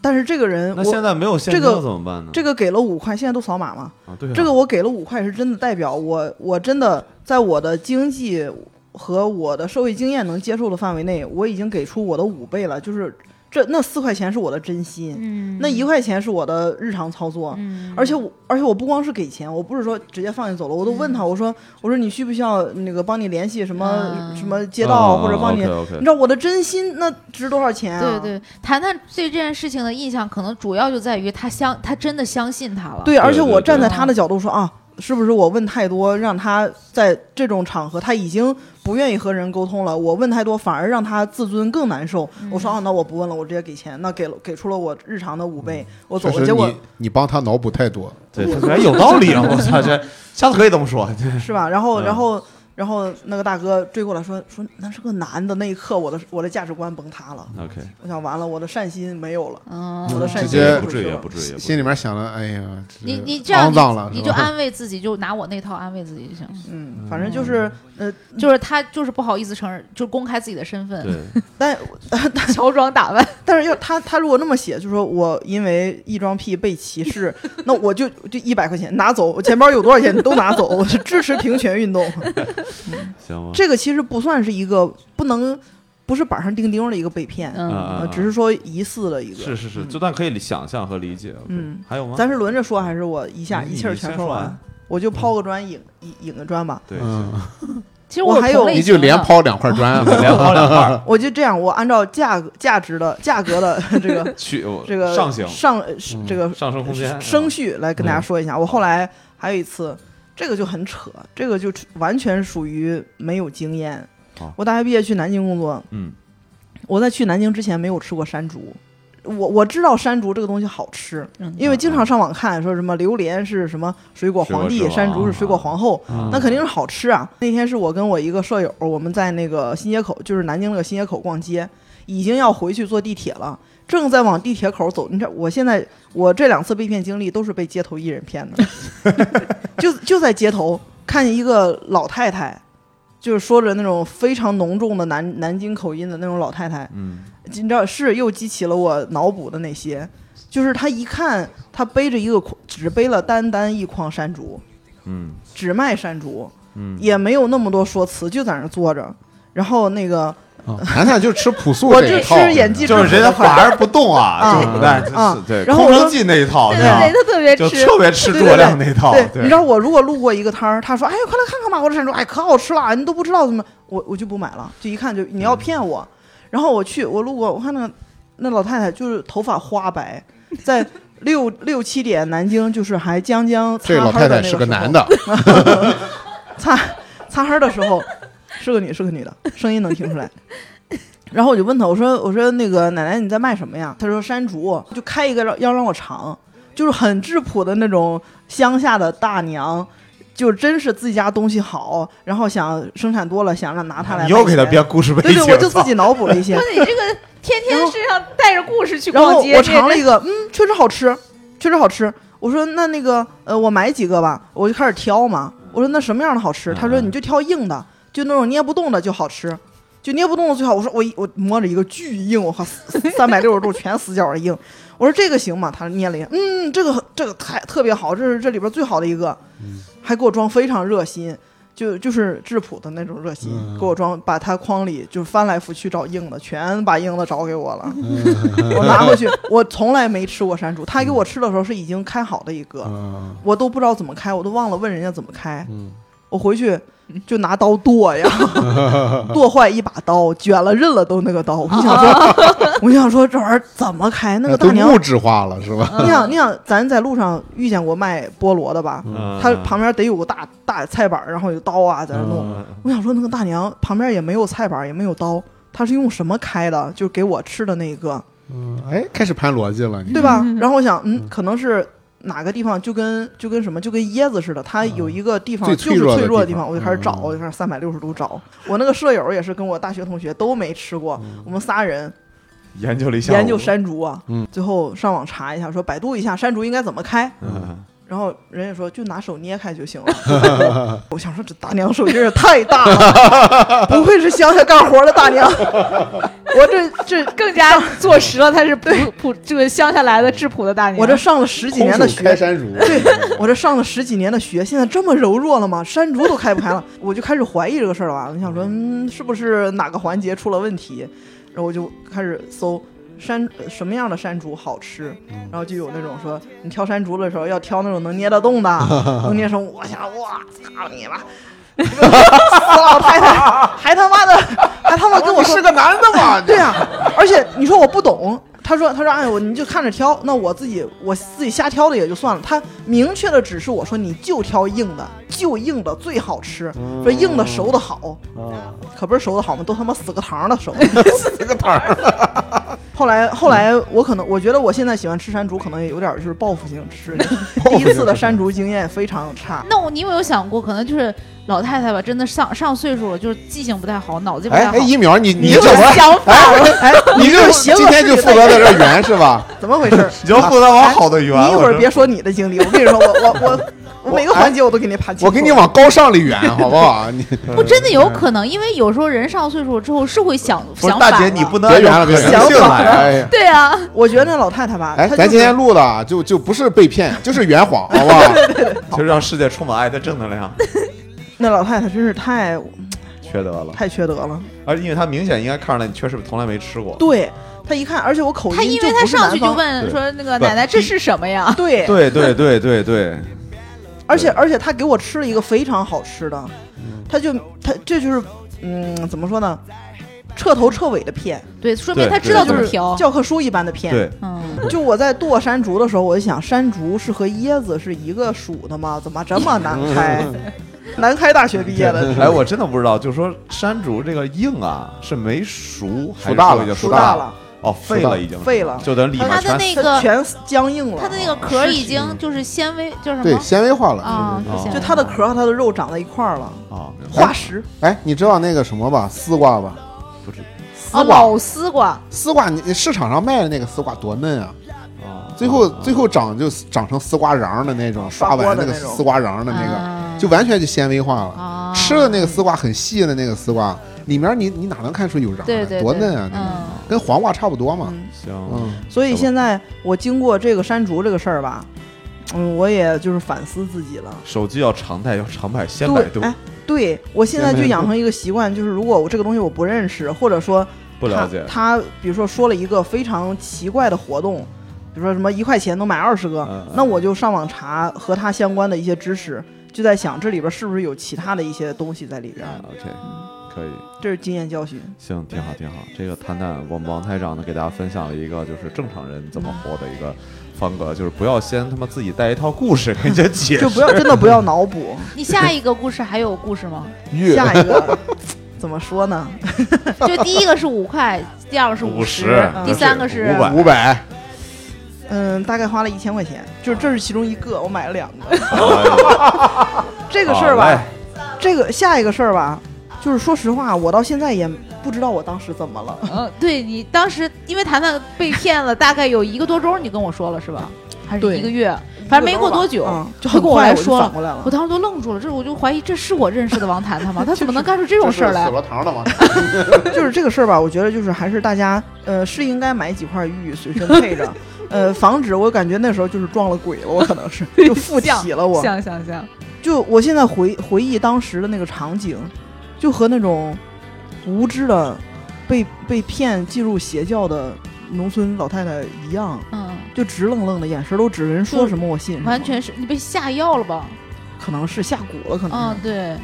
Speaker 1: 但是这个人
Speaker 4: 那
Speaker 1: 嗯我
Speaker 4: 现在没有现金
Speaker 1: 这个
Speaker 4: 了怎么办呢？
Speaker 1: 这个给了五块，现在都扫码嘛，
Speaker 4: 啊，对啊，
Speaker 1: 这个我给了五块是真的代表我我真的在我的经济和我的社会经验能接受的范围内，我已经给出我的五倍了，就是这那四块钱是我的真心，
Speaker 2: 嗯，
Speaker 1: 那一，块钱是我的日常操作，
Speaker 2: 嗯，
Speaker 1: 而且我，而且我不光是给钱，我不是说直接放下走了，我都问
Speaker 2: 嗯
Speaker 1: 他，我说，我说你需不需要那个帮你联系什么、
Speaker 2: 啊
Speaker 1: 什么街道、
Speaker 4: 啊
Speaker 1: 或者帮嗯你，
Speaker 4: OK，OK
Speaker 1: 你知道我的真心那值多少钱啊？
Speaker 2: 对对，谈谈对这件事情的印象，可能主要就在于他相，他真的相信他了。
Speaker 1: 对，而且
Speaker 4: 对
Speaker 1: 我
Speaker 4: 对
Speaker 1: 站在他的角度说啊，是不是我问太多，让他在这种场合他已经不愿意和人沟通了，我问太多反而让他自尊更难受。
Speaker 2: 嗯
Speaker 1: 我说啊，那我不问了，我直接给钱，那给了给出了我日常的五倍，我走
Speaker 5: 确
Speaker 1: 了，
Speaker 5: 实
Speaker 1: 结果
Speaker 5: 你你帮他脑补太多，
Speaker 4: 对，他说哎有道
Speaker 1: <laughs>
Speaker 4: 理啊！我操，这下次可以这么说。对
Speaker 1: 是吧？然后，
Speaker 4: 嗯
Speaker 1: 然后，然后那个大哥追过来说说那是个男的，那一刻我的我的价值观崩塌了，
Speaker 4: OK，
Speaker 1: 我想完了，我的善心没有了。
Speaker 2: 嗯，
Speaker 1: 我的
Speaker 5: 直
Speaker 1: 善
Speaker 5: 接
Speaker 1: 心
Speaker 4: 也
Speaker 1: 也不
Speaker 4: 不至于，也
Speaker 1: 是
Speaker 4: 不至于。
Speaker 5: 心里面想了，哎呀，
Speaker 2: 你
Speaker 5: 这
Speaker 2: 你这样
Speaker 4: 啊
Speaker 5: 肮脏了，
Speaker 2: 你你
Speaker 5: 是
Speaker 2: 就
Speaker 5: 吧
Speaker 2: 安慰自己，就拿我那套安慰自己就行。
Speaker 1: 嗯，反正就是呃，
Speaker 2: 就是他就是不好意思承认，就公开自己的身份，
Speaker 4: 对，
Speaker 1: 但
Speaker 2: <laughs> 乔装打扮。
Speaker 1: 但是要他他如果那么写，就说我因为异装癖被歧视， <laughs> 那我就就一百块钱拿走，我钱包有多少钱你都拿走，
Speaker 4: <laughs>
Speaker 1: 我是支持平权运动。
Speaker 4: 行吗？
Speaker 1: 这个其实不算是一个不能不是板上钉钉的一个被骗，
Speaker 4: 啊
Speaker 2: 嗯，
Speaker 4: 啊
Speaker 1: 呃
Speaker 4: 啊
Speaker 1: 只是说疑似的一个。
Speaker 4: 是是是，
Speaker 1: 嗯
Speaker 4: 就但可以理想象和理解。OK
Speaker 1: 嗯，
Speaker 4: 还有吗？
Speaker 1: 咱是轮着说还是我一下
Speaker 4: 你
Speaker 1: 一气儿
Speaker 4: 你
Speaker 1: 全
Speaker 4: 先
Speaker 1: 说
Speaker 4: 说
Speaker 1: 完
Speaker 4: 完？
Speaker 1: 我就抛个砖引引引个砖吧。
Speaker 4: 对，
Speaker 5: <laughs> 嗯，
Speaker 2: 其实
Speaker 1: 我
Speaker 2: 有
Speaker 1: 还
Speaker 2: 同
Speaker 1: 有
Speaker 2: 类
Speaker 5: 你
Speaker 2: 型
Speaker 5: 就连
Speaker 2: 的
Speaker 5: 抛两块砖啊，
Speaker 4: <laughs> 两好两块
Speaker 1: 我就这样，我按照价格价值的价格的这个
Speaker 4: 去我
Speaker 1: 这个
Speaker 4: 上行
Speaker 1: 上呃是
Speaker 5: 嗯
Speaker 1: 这个
Speaker 4: 上升空间啊
Speaker 1: 升序来跟大家说一下。我后来还有一次，这个就很扯，这个就完全属于没有经验
Speaker 4: 好。
Speaker 1: 我大学毕业去南京工作，
Speaker 4: 嗯
Speaker 1: 我在去南京之前没有吃过山竹。我我知道山竹这个东西好吃，
Speaker 2: 嗯
Speaker 1: 因为经常上网看说什么榴莲是什么水果皇
Speaker 4: 水
Speaker 1: 帝，
Speaker 4: 果之王
Speaker 1: 山竹是水果皇后，
Speaker 4: 嗯
Speaker 1: 那肯定是好吃啊！那天是我跟我一个舍友，我们在那个新街口，就是南京那个新街口逛街，已经要回去坐地铁了，正在往地铁口走。你知道，我现在我这两次被骗经历都是被街头艺人骗的， <laughs> 就就在街头看见一个老太太，就是说着那种非常浓重的南南京口音的那种老太太，
Speaker 4: 嗯
Speaker 1: 你知道是又激起了我脑补的那些，就是她一看她背着一个筐只背了单单一筐山竹，
Speaker 4: 嗯
Speaker 1: 只卖山竹。
Speaker 4: 嗯，
Speaker 1: 也没有那么多说辞，就在那儿坐着。然后那个
Speaker 5: 谈谈就吃朴素
Speaker 1: 我
Speaker 5: 这
Speaker 1: 这
Speaker 5: 一套，
Speaker 1: 吃演技
Speaker 4: 就是人家反而不动啊，
Speaker 1: 嗯
Speaker 4: 就是不带
Speaker 1: 嗯
Speaker 4: 对，
Speaker 1: 然后我
Speaker 4: 空
Speaker 1: 说
Speaker 4: 城计那一套，
Speaker 2: 对
Speaker 4: 你知道
Speaker 2: 对
Speaker 4: 吗
Speaker 2: 对，他特别
Speaker 4: 就
Speaker 2: 吃，
Speaker 4: 特别吃
Speaker 1: 对对
Speaker 4: 诸葛亮那一套，
Speaker 1: 你知道我如果路过一个摊儿，他说：“哎，快来看看吧，我这山竹，哎，可好吃了，你都不知道怎么，我我就不买了，就一看就你要骗我。然后我去，我路过，我看那个那老太太就是头发花白，在六六七点南京就是还将将擦
Speaker 5: 这老
Speaker 1: 黑
Speaker 5: 太
Speaker 1: 的
Speaker 5: 太
Speaker 1: 那
Speaker 5: 是个
Speaker 1: 时候
Speaker 5: 男，的，
Speaker 1: <laughs> 擦擦黑的时候是个女是个女的，声音能听出来。然后我就问他，我说我说那个奶奶你在卖什么呀？他说山竹，就开一个让要让我尝，就是很质朴的那种乡下的大娘，就真是自己家东西好，然后想生产多了想让拿它来卖
Speaker 4: 你
Speaker 1: 钱。
Speaker 4: 又给他编故事背
Speaker 1: 对
Speaker 4: 景，
Speaker 1: 对，我就自己脑补了一些
Speaker 2: 说。你
Speaker 1: <laughs>
Speaker 2: 这个天
Speaker 1: 然
Speaker 2: 天
Speaker 1: 后
Speaker 2: 身上带着故事去
Speaker 1: 然后
Speaker 2: 逛街，
Speaker 1: 我
Speaker 2: 这
Speaker 1: 尝了一个，嗯，确实好吃，确实好吃。我说那那个呃，我买几个吧，我就开始挑嘛。我说那什么样的好吃？他说
Speaker 4: 嗯嗯
Speaker 1: 你就挑硬的，就那种捏不动的就好吃，就捏不动的最好。我说我一我摸着一个巨硬，我靠，三百六十度全死角的硬。我说这个行吗？他说捏了一下，嗯，这个这个太特别好，这是这里边最好的一个，还给我装非常热心。就就是质朴的那种热心，
Speaker 5: 嗯
Speaker 1: 给我装，把他筐里就翻来覆去找硬的，全把硬的找给我了。
Speaker 5: 嗯
Speaker 1: <laughs> 我拿回去，我从来没吃过山竹。他给我吃的时候是已经开好的一个，
Speaker 5: 嗯
Speaker 1: 我都不知道怎么开，我都忘了问人家怎么开。
Speaker 5: 嗯
Speaker 1: 我回去就拿刀剁
Speaker 5: <laughs>
Speaker 1: 呀，剁坏一把刀，卷了刃了都那个刀。我想说， <laughs> 我想说这玩意儿怎么开？那个大
Speaker 5: 哦啊都
Speaker 1: 娘
Speaker 5: 物，质化了是吧？
Speaker 1: 你想你想，咱在路上遇见过卖菠萝的吧？
Speaker 4: 嗯
Speaker 1: 他旁边得有个大大菜板儿，然后有刀啊在那弄。
Speaker 4: 嗯
Speaker 1: 我想说，那个大娘旁边也没有菜板儿，也没有刀，她是用什么开的？就给我吃的那一个。
Speaker 5: 嗯，哎，开始盘逻辑了，你
Speaker 1: 对吧？然后我想，嗯，可能是哪个地方就跟就跟什么就跟椰子似的，它有一个地方
Speaker 5: 最
Speaker 1: 就
Speaker 5: 脆
Speaker 1: 是
Speaker 5: 弱的
Speaker 1: 脆弱的地
Speaker 5: 地方
Speaker 1: 方，我就开始找，
Speaker 5: 嗯
Speaker 1: 我就开始三百六十度找。我那个舍友也是跟我大学同学都没吃过，我们仨人
Speaker 4: 研究了一下午，
Speaker 1: 研究山竹啊，
Speaker 5: 嗯
Speaker 1: 最后上网查一下，说百度一下山竹应该怎么开，
Speaker 4: 嗯，
Speaker 1: 然后人家说就拿手捏开就行了。 <laughs> 我想说这大娘手劲儿也太大了，不愧是乡下干活的大娘。 <laughs> 我这这
Speaker 6: 更加坐实了他是普普这个乡下来的质朴的大娘。
Speaker 1: 我这上了十几
Speaker 5: 空
Speaker 1: 年的
Speaker 5: 手开
Speaker 1: 学，
Speaker 5: 山竹，
Speaker 1: 对我这上了十几年的学，现在这么柔弱了吗？山竹都开不开了，我就开始怀疑这个事儿了吧。我想说，嗯，是不是哪个环节出了问题？然后我就开始搜。山呃什么样的山竹好吃？然后就有那种说，你挑山竹的时候要挑那种能捏得动的，能捏成。我想，哇，操你妈！ <laughs> 死老太太还他妈的还哎他妈跟我说哎
Speaker 3: 是个男的嘛？
Speaker 1: 对呀、而且你说我不懂，他说他说哎我你就看着挑，那我自己我自己瞎挑的也就算了，他明确的指示我说你就挑硬的，就硬的最好吃，说硬的熟的好，可不是熟的好吗？都他妈死个堂儿的熟，死个堂的。 <laughs> 后来，后来我可能我觉得我现在喜欢吃山竹，可能也有点儿就是报复性吃。第一次的山竹经验非常差，
Speaker 2: 那我你有没有想过，可能就是老太太吧，真的上上岁数了，就是记性不太好，脑子不
Speaker 5: 哎
Speaker 2: 太
Speaker 5: 哎，
Speaker 2: 好。
Speaker 5: 一苗，你你
Speaker 1: 有
Speaker 5: 怎么？
Speaker 1: 想法了？ <laughs> 哎，
Speaker 5: 你就
Speaker 1: 这邪恶
Speaker 5: 今天
Speaker 1: 势
Speaker 5: 就
Speaker 1: 力
Speaker 5: 负责
Speaker 1: 在
Speaker 5: 在这儿圆是吧？
Speaker 1: 怎么回事？
Speaker 4: 你就负责往好的圆，
Speaker 1: 你一会
Speaker 4: 我
Speaker 1: 儿
Speaker 4: 这
Speaker 1: 别说你的经历，我跟你说，我我我我每个环节我都给你盘清楚。
Speaker 5: 我给你往高尚里圆，好不好？
Speaker 1: <laughs>
Speaker 5: 你
Speaker 2: 不，真的有可能，因为有时候人上岁数之后是会想
Speaker 4: 不是
Speaker 2: 想
Speaker 4: 大
Speaker 2: 反
Speaker 4: 姐，
Speaker 2: 了
Speaker 4: 你不能
Speaker 5: 别圆了，别
Speaker 4: 按
Speaker 5: 圆
Speaker 4: 照
Speaker 5: 了
Speaker 4: 可能性来啊。
Speaker 5: 哎呀。
Speaker 2: 对啊，
Speaker 1: 我觉得那老太太吧，
Speaker 5: 哎，
Speaker 1: 她
Speaker 5: 咱
Speaker 1: 就
Speaker 5: 今
Speaker 1: 是
Speaker 5: 天录的啊，就就不是被骗，就是圆谎，好
Speaker 1: <laughs>
Speaker 5: 不好？
Speaker 4: 就让世界充满爱的正能量，
Speaker 1: 那老太太真是太
Speaker 4: 缺德了。
Speaker 1: 太缺德了。
Speaker 4: 而且因为他明显应该看上来你确实从来没吃过，
Speaker 1: 对她一看，而且我口音
Speaker 2: 她因
Speaker 1: 就
Speaker 2: 为她
Speaker 1: 不是
Speaker 2: 上去
Speaker 1: 南
Speaker 2: 就
Speaker 1: 方
Speaker 2: 问
Speaker 4: 对
Speaker 2: 说那个
Speaker 4: 不
Speaker 2: 奶奶这是什么呀？
Speaker 1: 对，
Speaker 4: 对对对对对，
Speaker 1: 而且而且她给我吃了一个非常好吃的，
Speaker 5: 嗯
Speaker 1: 她就她这就是嗯怎么说呢，彻头彻尾的骗，
Speaker 2: 对，说明
Speaker 4: 对
Speaker 2: 她知道
Speaker 4: 对
Speaker 2: 怎么
Speaker 4: 就是
Speaker 5: 哦
Speaker 2: 调。
Speaker 1: 教科书一般的骗。
Speaker 4: 对，
Speaker 2: 嗯，
Speaker 1: 就我在剁山竹的时候，我就想，山竹是和椰子是一个属的吗？怎么这么难开？
Speaker 5: 嗯
Speaker 1: <laughs> 南开大学毕业的，
Speaker 5: <laughs>
Speaker 4: 哎，我真的不知道，就是说山竹这个硬啊，是没熟，还是
Speaker 5: 大
Speaker 4: 说
Speaker 5: 了
Speaker 4: 已经
Speaker 1: 熟
Speaker 4: 熟
Speaker 1: 大
Speaker 4: 大
Speaker 1: 了，
Speaker 4: 哦，废了已经，
Speaker 1: 废了
Speaker 4: 就等里面
Speaker 2: 它的
Speaker 4: 全
Speaker 2: 那
Speaker 1: 它
Speaker 2: 个
Speaker 1: 全僵硬了。
Speaker 2: 它的那个壳已经就是纤维，叫什
Speaker 5: 对，
Speaker 2: 么
Speaker 5: 纤维化了。
Speaker 2: 啊？
Speaker 4: 嗯
Speaker 2: 纤维
Speaker 1: 就它的壳和它的肉长在一块儿了，
Speaker 4: 啊，
Speaker 1: 化石。
Speaker 5: 哎，你知道那个什么吧？丝瓜吧？
Speaker 4: 不知
Speaker 2: 哦，
Speaker 5: 丝瓜，
Speaker 2: 老丝瓜，
Speaker 5: 丝瓜，你你市场上卖的那个丝瓜多嫩啊！
Speaker 4: 啊，
Speaker 5: 最后最后长就长成丝瓜瓤的那种，
Speaker 1: 刷
Speaker 5: 刷
Speaker 1: 锅哦
Speaker 5: 完
Speaker 1: 的
Speaker 5: 那个
Speaker 1: 那种嗯
Speaker 5: 丝瓜瓤的那个，
Speaker 2: 个
Speaker 5: 就完全就纤维化了。
Speaker 2: 啊
Speaker 5: 吃的那个丝瓜很细的那个丝瓜，里面你你哪能看出有瓤
Speaker 2: 对
Speaker 5: 来？
Speaker 2: 对
Speaker 5: 多
Speaker 2: 对
Speaker 5: 嫩啊！那个
Speaker 2: 嗯，
Speaker 5: 跟黄瓜差不多嘛。
Speaker 1: 嗯，
Speaker 4: 行，
Speaker 5: 嗯，
Speaker 1: 所以现在我经过这个山竹这个事儿吧，嗯，我也就是反思自己了。
Speaker 4: 手机要常带，要常买，先百度
Speaker 1: 对，，哎，对我现在就养成一个习惯，就是如果我这个东西我不认识，或者说
Speaker 4: 不了解，
Speaker 1: 他，他比如说说了一个非常奇怪的活动，比如说什么一块钱能买二十个，
Speaker 4: 嗯嗯
Speaker 1: 那我就上网查和它相关的一些知识，就在想这里边是不是有其他的一些东西在里边，
Speaker 4: 啊，OK，可以。
Speaker 1: 这是经验教训。
Speaker 4: 行，挺好，挺好。这个谈谈王王台长呢，给大家分享了一个就是正常人怎么活的一个方格，就是不要先他妈自己带一套故事给人家解
Speaker 1: 就
Speaker 4: 释。
Speaker 1: 不要真的不要脑补。
Speaker 2: 你下一个故事还有故
Speaker 5: <laughs>
Speaker 2: 事吗？
Speaker 5: 月
Speaker 1: 下一个 <laughs> 怎么说呢？
Speaker 2: 就第一个是五块，第二个是十
Speaker 4: 50，
Speaker 2: 第三个是
Speaker 4: 500
Speaker 5: 五百，
Speaker 1: 嗯，大概花了一千块钱，就是这是其中一个，我买了两个。
Speaker 4: <laughs> 哎
Speaker 1: 这个事儿
Speaker 4: 好
Speaker 1: 吧
Speaker 4: 嘞，
Speaker 1: 这个下一个事儿吧，就是说实话，我到现在也不知道我当时怎么了。
Speaker 2: 嗯，对你当时因为谈谈被骗了，大概有一个多周，你跟我说了是吧？还是
Speaker 1: 对
Speaker 2: 一个月？反正没过多久，
Speaker 1: 嗯就
Speaker 2: 就
Speaker 1: 很
Speaker 2: 跟我
Speaker 1: 快
Speaker 2: 来
Speaker 1: 我就
Speaker 2: 说
Speaker 1: 反
Speaker 2: 了。
Speaker 1: 过来
Speaker 2: 我
Speaker 1: 了。
Speaker 2: 当时都愣住了，这我就怀疑这是我认识的王谈谈吗？他怎么能干出这种事儿来
Speaker 5: 死？了堂的嘛。
Speaker 1: 就是这个事儿吧，我觉得就是还是大家，呃，是应该买几块玉随身配着，呃，防止我感觉那时候就是撞了鬼了，我可能是就附体了我。
Speaker 6: 想想想，
Speaker 1: 就我现在回回忆当时的那个场景，就和那种无知的被被骗进入邪教的农村老太太一样，
Speaker 2: 嗯，
Speaker 1: 就直愣愣的，眼神都直，人说什么我信什么
Speaker 2: 完全是你被下药了吧？
Speaker 1: 可能是下蛊了，可能
Speaker 2: 嗯
Speaker 1: 是。，
Speaker 2: 对，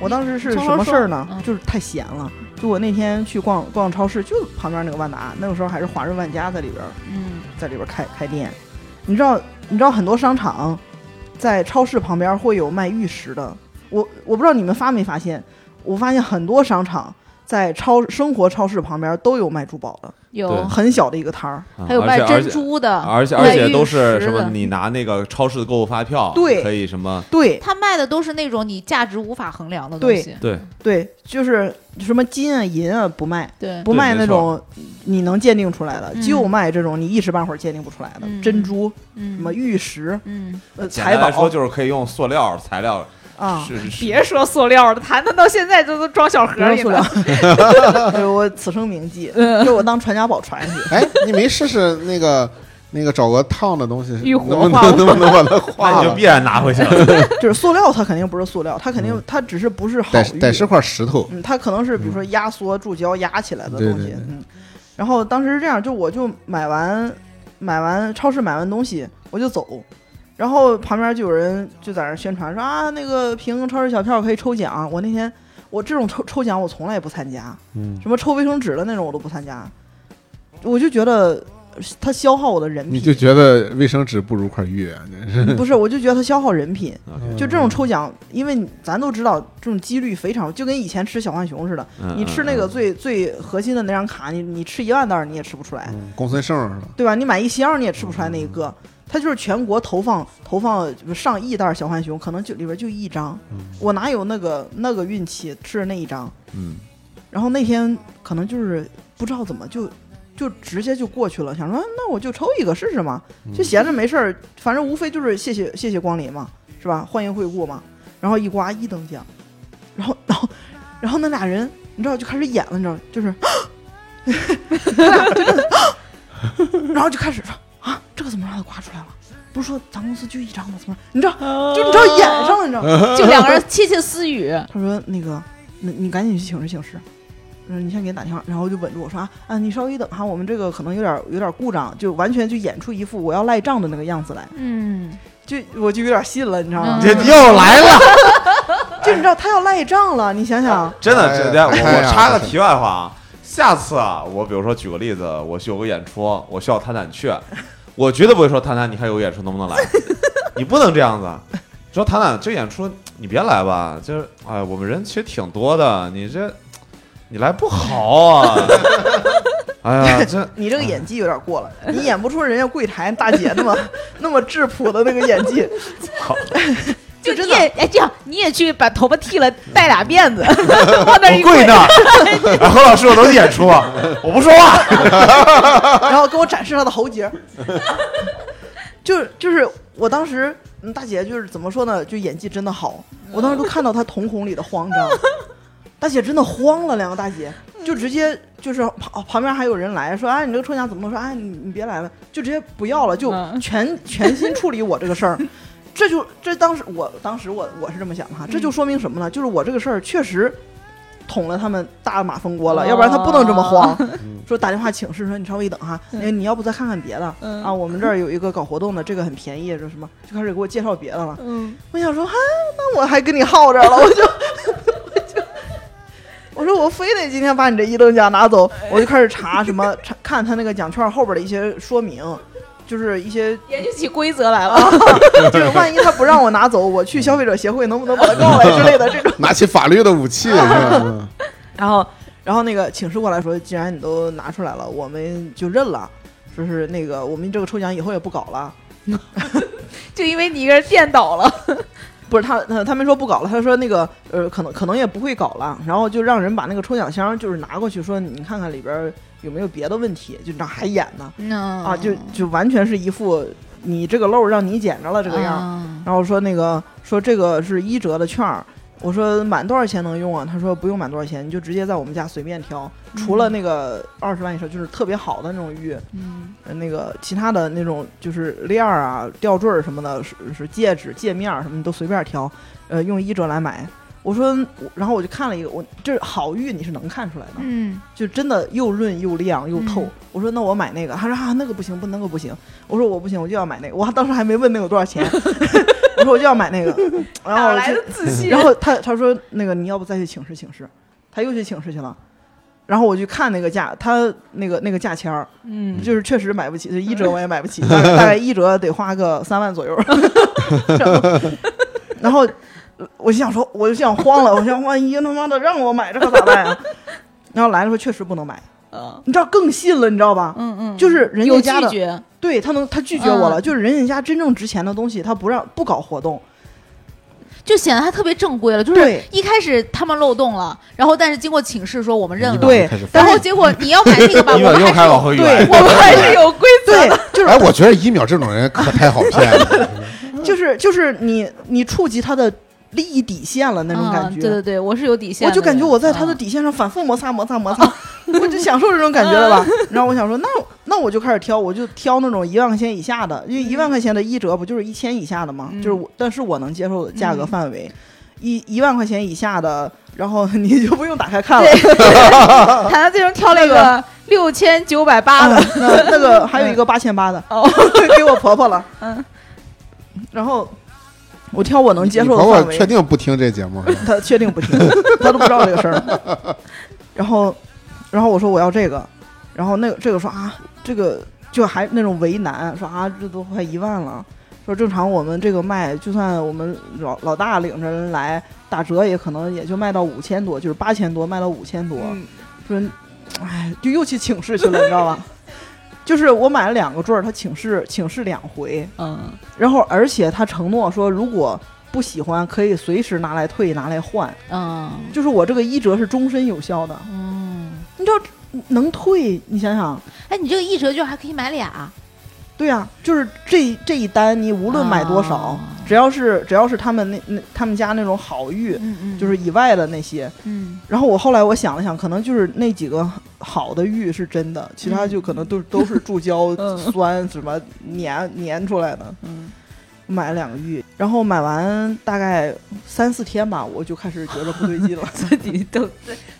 Speaker 1: 我当时是
Speaker 2: 从
Speaker 1: 什
Speaker 2: 头
Speaker 1: 么事儿呢
Speaker 2: 说嗯？
Speaker 1: 就是太闲了，就我那天去逛逛超市，就旁边那个万达，那个时候还是华润万家在里边儿
Speaker 2: 嗯，
Speaker 1: 在里边儿开开店，你知道你知道很多商场在超市旁边会有卖玉石的，我我不知道你们发没发现，我发现很多商场在超生活超市旁边都有卖珠宝的，
Speaker 2: 有
Speaker 4: 对，
Speaker 1: 很小的一个摊儿，
Speaker 4: 啊
Speaker 2: 还有
Speaker 4: 而
Speaker 2: 卖
Speaker 4: 且而
Speaker 2: 珍
Speaker 4: 且
Speaker 2: 珠的，
Speaker 4: 而且
Speaker 2: 卖
Speaker 4: 而且都
Speaker 2: 玉
Speaker 4: 是
Speaker 2: 石
Speaker 4: 什么？
Speaker 2: 的
Speaker 4: 你拿那个超市的购物发票，
Speaker 1: 对
Speaker 4: 可以什么？
Speaker 1: 对
Speaker 2: 他卖的都是那种你价值无法衡量的东
Speaker 1: 对
Speaker 2: 西。
Speaker 4: 对，
Speaker 1: 对，就是什么金啊银啊不卖，
Speaker 2: 对，
Speaker 1: 不卖
Speaker 4: 没
Speaker 1: 那
Speaker 4: 错
Speaker 1: 种你能鉴定出来的，
Speaker 2: 嗯
Speaker 1: 就卖这种你一时半会儿鉴定不出来的、
Speaker 2: 嗯
Speaker 1: 珍珠、
Speaker 2: 嗯，
Speaker 1: 什么玉石、
Speaker 2: 嗯，
Speaker 1: 呃
Speaker 4: 简
Speaker 1: 财
Speaker 4: 单来
Speaker 1: 宝
Speaker 4: 说就是可以用塑料材料，
Speaker 1: 啊。
Speaker 4: 是是
Speaker 6: 别说塑料了，谈谈到现在这都装小盒
Speaker 1: 别说
Speaker 6: 里
Speaker 1: 塑
Speaker 6: 了
Speaker 1: 料。， <laughs> 对我此生铭记，
Speaker 2: 嗯
Speaker 1: 给我当传家宝传下去。
Speaker 5: <laughs> 哎，你没试试那个那个找个烫的东西，
Speaker 6: 玉火
Speaker 5: 能不
Speaker 6: 化
Speaker 5: 能能不能把它
Speaker 4: 那
Speaker 5: 化
Speaker 4: 你就
Speaker 5: 了
Speaker 4: 必？然拿回去了。
Speaker 1: 就是塑料，它肯定不是塑料，它肯定
Speaker 4: 嗯
Speaker 1: 它只是不是好
Speaker 5: 得
Speaker 1: 玉，
Speaker 5: 得是块石头，
Speaker 1: 嗯，它可能是比如说压缩注胶压起来的
Speaker 5: 对
Speaker 1: 东西，
Speaker 5: 对对
Speaker 1: 嗯。然后当时是这样，就我就买完买完超市买完东西我就走，然后旁边就有人就在那儿宣传说啊，那个凭超市小票可以抽奖。我那天我这种抽抽奖我从来不参加，
Speaker 4: 嗯，
Speaker 1: 什么抽卫生纸的那种我都不参加，我就觉得它消耗我的人
Speaker 5: 你
Speaker 1: 品，
Speaker 5: 就觉得卫生纸不如块玉啊？真是
Speaker 1: 不是，我就觉得它消耗人品。
Speaker 4: OK，
Speaker 1: 就这
Speaker 5: 嗯
Speaker 1: 种抽奖，因为你咱都知道这种几率非常，就跟以前吃小浣熊似的，<laughs>
Speaker 4: 嗯
Speaker 1: 你吃那个最最核心的那张卡，你你吃一万袋儿你也吃不出来，
Speaker 5: 嗯公孙胜是吧？
Speaker 1: 对吧？你买一箱你也吃不出来那一个。它就是全国投放投放上亿袋儿小浣熊，可能就里边就一张，我哪有那个那个运气吃那一张？
Speaker 4: 嗯
Speaker 1: 然后那天可能就是不知道怎么就就直接就过去了，想说啊那我就抽一个试试嘛，就闲着没事儿，反正无非就是谢谢谢谢光临嘛，是吧？欢迎惠顾嘛。然后一刮一等奖，然后 <laughs> 然后然后那俩人你知道就开始演了，你知道就是就 <laughs> 这，然后就开始说啊，这个怎么让他刮出来了？不是说咱公司就一张吗？怎么？你知道，就你知道演上了，你知道。
Speaker 2: 就两个人窃窃私语，
Speaker 1: 他说那个，那你赶紧去请示请示。嗯，你先给他打电话，然后我就稳住我说啊啊，你稍微等哈，我们这个可能有点有点故障，就完全就演出一副我要赖账的那个样子来，
Speaker 2: 嗯，
Speaker 1: 就我就有点信了，你知道吗？
Speaker 2: 嗯
Speaker 4: 这又来了，
Speaker 1: 就你知道他要赖账了，你想想，
Speaker 4: 真的，
Speaker 5: 哎呀
Speaker 4: 真的，我
Speaker 5: 哎
Speaker 4: 我
Speaker 5: 呀
Speaker 4: 插个题外话啊，下次啊，我比如说举个例子，我去有个演出，我需要探探去，我绝对不会说探探，你还有个演出能不能来？ <laughs> 你不能这样子，说探探这演出你别来吧，就是哎，我们人其实挺多的，你这你来不好
Speaker 5: <laughs>
Speaker 4: 啊，哎呀，
Speaker 1: <laughs>
Speaker 4: 这
Speaker 1: 你这个演技有点过了，你演不出人家柜台大姐那么 <laughs> 那么质朴的那个演技，
Speaker 6: 就
Speaker 2: 真
Speaker 6: 你也哎，这样你也去把头发剃了，戴俩辫子，往
Speaker 2: 哎
Speaker 6: 那儿一
Speaker 4: 我跪那儿，哎何老师，我都是演出，啊我不说话。
Speaker 1: 然后给我展示她的喉结儿， <laughs> 就是就是我当时嗯大姐就是怎么说呢，就演技真的好，我当时都看到她瞳孔里的慌张，大姐真的慌了，两个大姐就直接就是旁哦旁边还有人来说，哎，你这个抽奖怎么弄？说哎，你你别来了，就直接不要了，就
Speaker 6: 嗯
Speaker 1: 全全心处理我这个事儿。这就这当时我当时我我是这么想的哈，这就说明什么呢？就是我这个事儿确实捅了他们大马蜂窝了，要不然他不能这么慌。说打电话请示说你稍微等哈，那个你要不再看看别的
Speaker 6: 嗯
Speaker 1: 啊？我们这儿有一个搞活动的，这个很便宜，这什么就开始给我介绍别的了。
Speaker 6: 嗯，
Speaker 1: 我想说，哈，那我还跟你耗着了，我就我就我说我非得今天把你这一等奖拿走，我就开始查什么查看他那个奖券后边的一些说明，就是一些
Speaker 6: 研究起规则来了。
Speaker 1: 就是万一他不让我拿走，我去消费者协会能不能把他告来之类的这种。
Speaker 5: 拿起法律的武器，
Speaker 1: <laughs>
Speaker 5: 是吧嗯
Speaker 1: 然后然后那个请示过来说，既然你都拿出来了，我们就认了，说是那个我们这个抽奖以后也不搞了。
Speaker 6: 就因为你一个人电倒了，
Speaker 1: 不是他，他他们说不搞了，他说那个呃，可能可能也不会搞了，然后就让人把那个抽奖箱就是拿过去，说你看看里边儿有没有别的问题，就那还演呢
Speaker 2: 那
Speaker 1: 啊，就就完全是一副你这个漏儿让你捡着了这个样儿。
Speaker 6: 嗯
Speaker 2: 样，
Speaker 1: 然后说那个说这个是一折的券儿，我说满多少钱能用啊？他说不用满多少钱，你就直接在我们家随便挑，除了那个二十万以上就是特别好的那种玉，
Speaker 2: 嗯
Speaker 1: 呃那个其他的那种就是链儿啊、吊坠儿什么的，是是戒指、戒面儿什么你都随便挑，呃，用一折来买。我说，我然后我就看了一个，我这好玉你是能看出来的，
Speaker 2: 嗯，
Speaker 1: 就真的又润又亮又透。
Speaker 2: 嗯
Speaker 1: 我说那我买那个，他说啊那个不行，不那个不行。我说我不行，我就要买那个。我当时还没问那个多少钱，
Speaker 6: <laughs>
Speaker 1: 我说我就要买那个。然
Speaker 6: 哪
Speaker 1: 后我
Speaker 6: 来
Speaker 1: 就
Speaker 6: 的自
Speaker 1: <laughs>
Speaker 6: 信？
Speaker 1: 然后他他说那个你要不再去请示请示，他又去请示去了。然后我去看那个价，他那个那个价签儿，
Speaker 6: 嗯，
Speaker 1: 就是确实买不起，就一
Speaker 6: <laughs>
Speaker 1: 折我也买不起，大概大概一折得花个三万左右。 <laughs> 然后，然后我就想说，我就想慌了，我想万一他妈的让我买这可咋办呀？然后来了说确实不能买，
Speaker 6: 嗯
Speaker 1: 你知道更信了，你知道吧？
Speaker 6: 嗯嗯，
Speaker 1: 就是人
Speaker 6: 有
Speaker 1: 家
Speaker 6: 拒
Speaker 1: 家的，
Speaker 6: 绝，嗯
Speaker 1: 对他能他拒绝我了，就是人家家真正值钱的东西，他不让不搞活动，
Speaker 2: 就显得他特别正规了。就是
Speaker 1: 对
Speaker 2: 一开始他们漏洞了，然后但是经过请示说我们认了，
Speaker 1: 对
Speaker 5: 啊开始
Speaker 2: 然
Speaker 1: 但
Speaker 2: 后
Speaker 1: 是
Speaker 2: 结果你要买那个吧，
Speaker 4: <laughs>
Speaker 2: 我
Speaker 4: 一秒
Speaker 2: 们
Speaker 4: 又
Speaker 2: 还
Speaker 4: 开
Speaker 2: 是 <laughs>
Speaker 4: 始往
Speaker 2: 有
Speaker 4: 回
Speaker 1: 对
Speaker 4: 圆，
Speaker 6: 我们还是有规
Speaker 1: 对，就是
Speaker 5: 哎，我觉得一秒这种人可太好骗了。
Speaker 1: 就是就是你你触及他的利益底线了那种感
Speaker 6: 嗯
Speaker 1: 觉。
Speaker 6: 对对对，我是有底线
Speaker 1: 我
Speaker 6: 的人，
Speaker 1: 就感觉我在他的
Speaker 6: 嗯
Speaker 1: 底线上反复摩擦摩擦摩擦， <laughs> 我就享受这种感觉了吧？
Speaker 6: 嗯
Speaker 1: 然后我想说，那那我就开始挑，我就挑那种一万块钱以下的，因为一万块钱的一折不就是一千以下的吗？
Speaker 6: 嗯
Speaker 1: 就是我，但是我能接受的价格范围，一一万块钱以下的，然后你就不用打开看了。 <laughs>
Speaker 6: 谈谈最终挑了一
Speaker 1: 那 <laughs>
Speaker 6: 个六千九百八
Speaker 1: 啊
Speaker 6: 的，，
Speaker 1: 那那个还有一个八千八的，
Speaker 6: 哦
Speaker 1: <laughs> 给我婆婆了。
Speaker 6: 嗯，
Speaker 1: 然后我挑 <laughs> 我能接受
Speaker 5: 你
Speaker 1: 的
Speaker 5: 婆
Speaker 1: 范
Speaker 5: 婆
Speaker 1: 围
Speaker 5: 确。定不听这节目？
Speaker 1: 他确定不听， <laughs> 他都不知道这个事儿。然后，然后我说我要这个，然后那个这个说啊，这个就还那种为难，说啊，这都快一万了，说正常我们这个卖，就算我们老老大领着人来打折，也可能也就卖到五千多，就是八千多卖到五千多，
Speaker 6: 嗯
Speaker 1: 说，哎，就又去请示去了，你知道吧？ <laughs> 就是我买了两个坠儿，他请示请示两回，
Speaker 6: 嗯
Speaker 1: 然后而且他承诺说，如果不喜欢可以随时拿来退，拿来换。
Speaker 2: 嗯
Speaker 1: 就是我这个一折是终身有效的，
Speaker 2: 嗯，
Speaker 1: 你知道能退？你想想，
Speaker 2: 哎，你这个一折券还可以买俩，啊
Speaker 1: 对呀、就是这这一单，你无论买多少，
Speaker 2: 啊
Speaker 1: 只要是只要是他们那那他们家那种好玉，
Speaker 2: 嗯嗯，
Speaker 1: 就是以外的那些。
Speaker 2: 嗯
Speaker 1: 然后我后来我想了想，可能就是那几个好的玉是真的，其他就可能都、都是注
Speaker 2: <laughs>
Speaker 1: 胶
Speaker 6: 嗯
Speaker 1: 酸什么粘粘出来的。
Speaker 2: <laughs>
Speaker 6: 嗯，
Speaker 1: 买了两个玉，然后买完大概三四天吧，我就开始觉得不对
Speaker 2: <laughs>
Speaker 1: 劲了。
Speaker 6: 自己都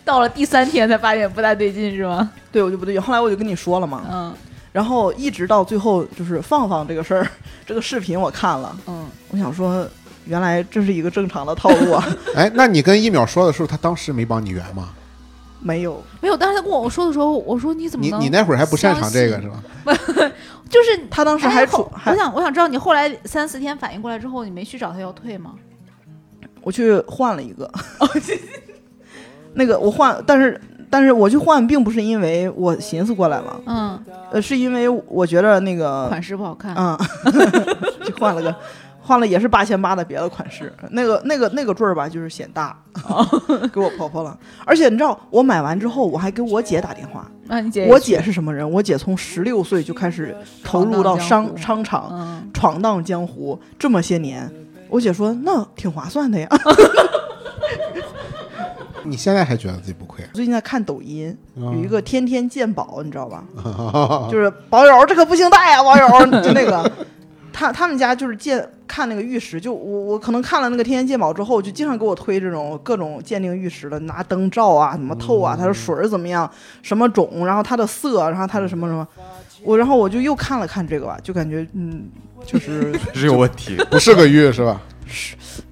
Speaker 6: 到了第三天才发现不大对劲是吗？
Speaker 1: 对，我就不对劲。后来我就跟你说了嘛，
Speaker 6: 嗯
Speaker 1: 然后一直到最后，就是放放这个事儿， <laughs> 这个视频我看了，
Speaker 6: 嗯，
Speaker 1: 我想说，原来这是一个正常的套路
Speaker 2: <laughs>
Speaker 1: 啊，
Speaker 5: 哎，那你跟一秒说的时候，他当时没帮你圆吗？
Speaker 1: 没有，
Speaker 2: 没有。当时他跟我说的时候，我说你怎么
Speaker 5: 你
Speaker 2: 能？
Speaker 5: 你那会儿还不擅长这个
Speaker 2: 相
Speaker 5: 是吧？
Speaker 2: 就是
Speaker 1: 他当时
Speaker 2: 哎
Speaker 1: 还
Speaker 2: 后
Speaker 1: 处还
Speaker 2: 我想我想知道你后来三四天反应过来之后，你没去找他要退吗？
Speaker 1: 我去换了一
Speaker 2: <laughs>
Speaker 1: 个，那个我换，但是但是我去换，并不是因为我寻思过来了，
Speaker 2: 嗯，啊
Speaker 1: 呃，是因为我觉得那个，
Speaker 2: 款式不好看。
Speaker 1: <laughs> 嗯，就换了个。换了也是八千八的别的款式，那个那个那个坠儿吧，就是显大，
Speaker 2: 哦
Speaker 1: <laughs> 给我婆婆了。而且你知道，我买完之后，我还给我姐打电话，
Speaker 6: 那你姐
Speaker 1: 我姐是什么人？我姐从十六岁就开始投入到
Speaker 6: 闯荡江湖
Speaker 1: 商商场，
Speaker 6: 嗯，
Speaker 1: 闯荡江湖这么些年。我姐说那挺划算的呀。 <laughs>
Speaker 5: 你现在还觉得自己不亏？
Speaker 1: 最近在看抖音，有一个天天鉴宝，你知道吧？
Speaker 5: 啊
Speaker 1: 就是 <laughs> 宝友这可不行带呀、宝友就那个。他他们家就是鉴看那个玉石，就我我可能看了那个《天天鉴宝》之后，就经常给我推这种各种鉴定玉石的，拿灯照啊，什么透啊，它的水儿怎么样，什么种，然后它的色，然后它的什么什么，我然后我就又看了看这个吧，就感觉嗯，就是
Speaker 4: 是有问题。
Speaker 5: <laughs> 不是个玉是吧？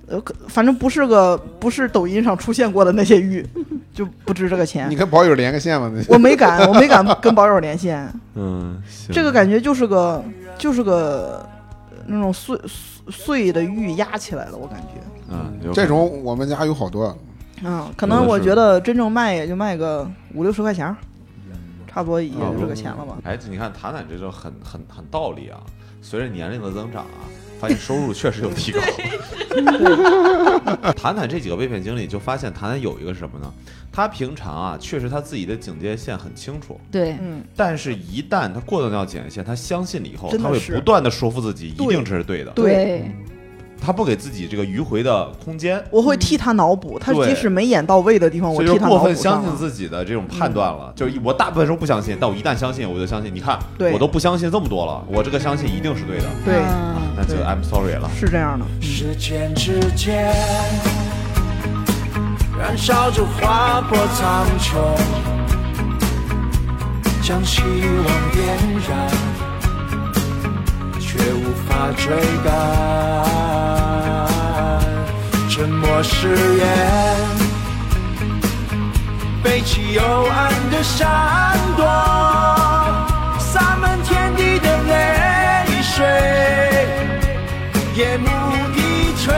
Speaker 1: 呃，可反正不是个不是抖音上出现过的那些 <laughs> 玉，就不值这个钱
Speaker 5: 你。跟宝友连个线吧，那
Speaker 1: 我没敢，我没敢跟宝友连
Speaker 4: <laughs>
Speaker 1: 线，
Speaker 4: 嗯，行
Speaker 1: 这个感觉就是个就是个呃那种碎碎碎的玉压起来了，我感觉。
Speaker 4: 嗯，有
Speaker 5: 这种我们家有好
Speaker 2: 啊
Speaker 5: 多。
Speaker 1: 嗯，可能我觉得真正卖也就卖个五六十块钱儿，
Speaker 4: 嗯
Speaker 1: 差不多也就这个钱了吧。
Speaker 4: 哎，你看谈谈这就很很很道理啊。随着年龄的增长啊，发现收入确实有提高。 <laughs> 谈谈这几个被骗经历，就发现谈谈有一个什么呢？他平常啊，确实他自己的警戒线很清楚，
Speaker 6: 对，
Speaker 1: 嗯，
Speaker 4: 但是一旦他过了那条警戒线，他相信了以后，
Speaker 1: 真的
Speaker 4: 他会
Speaker 1: 是
Speaker 4: 不断的说服自己一
Speaker 1: 对
Speaker 4: 定这是对的，
Speaker 1: 对
Speaker 6: 对，
Speaker 4: 他不给自己这个迂回的空间。
Speaker 1: 我会替他脑补，他
Speaker 4: 对
Speaker 1: 即使没演到位的地哦方，我
Speaker 4: 所以
Speaker 1: 替
Speaker 4: 就
Speaker 1: 他脑
Speaker 4: 过
Speaker 1: 补
Speaker 4: 分相
Speaker 1: 上
Speaker 4: 信
Speaker 1: 了。嗯
Speaker 4: 自己的这种判断了，就是我大部分时候不相信，但我一旦相信，我就相信。你看，
Speaker 1: 对
Speaker 4: 我都不相信这么多了，我这个相信一定是对的，
Speaker 1: 对，
Speaker 2: 嗯
Speaker 4: 那就
Speaker 1: 对
Speaker 4: I'm sorry 了。
Speaker 1: 是这样的。
Speaker 7: 时间之间，燃烧着划破苍穹，将希望点燃，却无法追赶。沉默誓言，背弃幽暗的闪躲，洒满天地的泪水。夜幕低垂。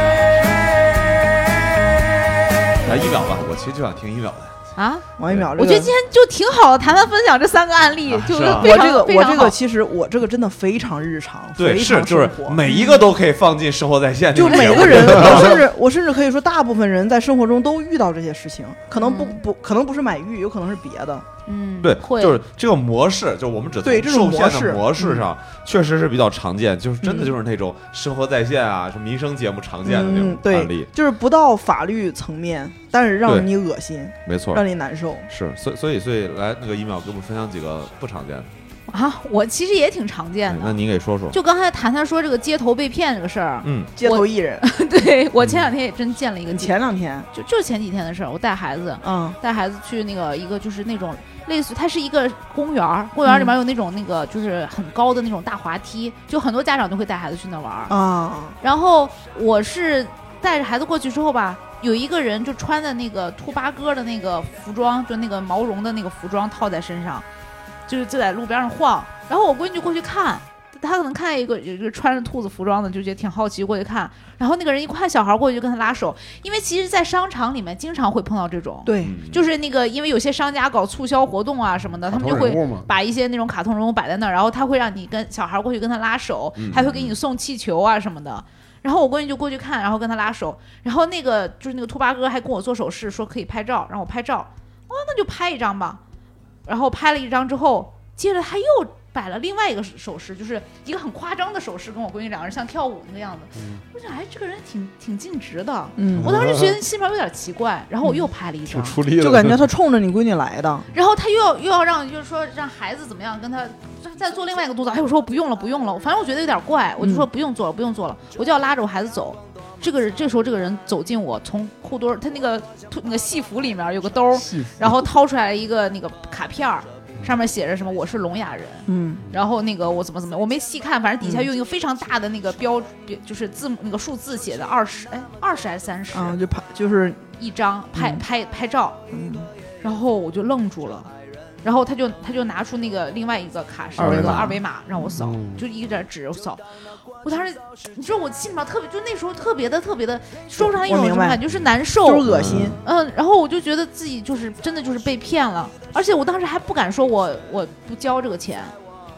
Speaker 4: 来一秒吧，我其实就想听一秒的。
Speaker 2: 啊！
Speaker 1: 王一淼，
Speaker 2: 我觉得今天就挺好的，谈谈分享这三个案例，
Speaker 4: 啊
Speaker 2: 就是
Speaker 4: 是啊
Speaker 2: 非
Speaker 1: 我
Speaker 2: 常
Speaker 1: 这个
Speaker 2: 非
Speaker 1: 我
Speaker 2: 常
Speaker 1: 这个
Speaker 2: 好
Speaker 1: 其实我这个真的非常日常，
Speaker 4: 对，
Speaker 1: 非
Speaker 4: 是
Speaker 1: 常
Speaker 4: 就是
Speaker 1: 生活
Speaker 4: 每一个都可以放进生活在线。
Speaker 1: 就每个人，我
Speaker 4: <laughs>
Speaker 1: 甚至我甚至可以说，大部分人在生活中都遇到这些事情，可能不
Speaker 2: 嗯
Speaker 1: 不可能不是买玉，有可能是别的。
Speaker 2: 嗯，
Speaker 4: 对，
Speaker 2: 会
Speaker 4: 就是这个模式，就我们只
Speaker 1: 对
Speaker 4: 从
Speaker 1: 这种
Speaker 4: 受限
Speaker 1: 模式
Speaker 4: 的模式上，确实是比较常见，就是真的
Speaker 1: 嗯
Speaker 4: 就是那种生活在线啊，什么民生节目常见的那
Speaker 1: 嗯
Speaker 4: 种，
Speaker 1: 对
Speaker 4: 案例，，
Speaker 1: 就是不到法律层面，但是
Speaker 4: 对
Speaker 1: 让你恶心，
Speaker 4: 没错，
Speaker 1: 让你难受。
Speaker 4: 是，所以所以所以来那个一秒给我们分享几个不常见的，
Speaker 2: 啊，我其实也挺常见
Speaker 4: 哎那
Speaker 2: 的。
Speaker 4: 你给说说。
Speaker 2: 就刚才谈谈说这个街头被骗这个事
Speaker 4: <laughs>
Speaker 2: 儿，
Speaker 4: 嗯，
Speaker 1: 街头艺人，
Speaker 2: 对我前两天也真见了一个
Speaker 1: 你
Speaker 2: 街，
Speaker 1: 前两天，
Speaker 2: 就就前几天的事儿，我带孩子，
Speaker 1: 嗯
Speaker 2: <laughs> 带孩子去那个一个就是那种类似于，它是一个公园儿，公园儿里面有那种那个就是很高的那种大滑梯，就很多家长都会带孩子去那玩儿。
Speaker 1: 啊，
Speaker 2: 然后我是带着孩子过去之后吧，有一个人就穿的那个兔八哥的那个服装，就那个毛绒的那个服装套在身上，就是就在路边上晃。然后我闺女就过去看，她可能看见一个有一个穿着兔子服装的，就觉得挺好奇，过去看。然后那个人一看小孩过去就跟他拉手，因为其实，在商场里面经常会碰到这种。
Speaker 1: 对，
Speaker 4: 嗯
Speaker 2: 就是那个，因为有些商家搞促销活动啊什么的，他们就会啊
Speaker 5: 人物嘛，
Speaker 2: 把一些那种卡通人物摆在那儿，然后他会让你跟小孩过去跟他拉手，
Speaker 4: 嗯
Speaker 2: 还会给你送气球啊什么的。然后我闺女就过去看，然后跟他拉手，然后那个就是那个兔八哥还跟我做手势说可以拍照，让我拍照。哦，那就拍一张吧。然后拍了一张之后，接着他又摆了另外一个手势，就是一个很夸张的手势，跟我闺女两个人像跳舞那个样子。
Speaker 5: 嗯
Speaker 2: 我想，哎，这个人挺挺尽职的。
Speaker 1: 嗯，
Speaker 2: 我当时觉得心里面有点奇怪，然后我又拍了一张，
Speaker 5: 嗯出力了，
Speaker 1: 就感
Speaker 5: <laughs>
Speaker 1: 觉他冲着你闺女来的，
Speaker 2: 然后他又要又要让就是说让孩子怎么样跟他再再做另外一个动作，哎，我说我不用了不用了，反正我觉得有点怪，我就说不用做了不用做了，我就要拉着我孩子走。这个人这时候这个人走近我，从裤兜儿他那个兔那个戏服里面有个兜儿，然后掏出来一个那个卡片儿，上面写着什么我是聋哑人，
Speaker 1: 嗯，
Speaker 2: 然后那个我怎么怎么样，我没细看，反正底下用一个非常大的那个标，就是字母那个数字写的二十，哎，二十还是三十、
Speaker 1: 啊，就拍就是，
Speaker 2: 一张拍
Speaker 1: 嗯
Speaker 2: 拍拍照，
Speaker 1: 嗯
Speaker 2: 然后我就愣住了，然后他就他就拿出那个另外一个卡是
Speaker 4: 二维
Speaker 2: 那个
Speaker 4: 码
Speaker 2: 二维码让我扫，
Speaker 1: 嗯
Speaker 2: 就一点指扫。我当时，你知道我心里面特别，就那时候特别的特别的，说不上一
Speaker 1: 我
Speaker 2: 种
Speaker 1: 明
Speaker 2: 什么
Speaker 1: 白
Speaker 2: 感觉，就是难
Speaker 1: 就是
Speaker 2: 受。
Speaker 1: 恶心，
Speaker 2: 嗯，然后我就觉得自己就是真的就是被骗了，而且我当时还不敢说我我不交这个钱，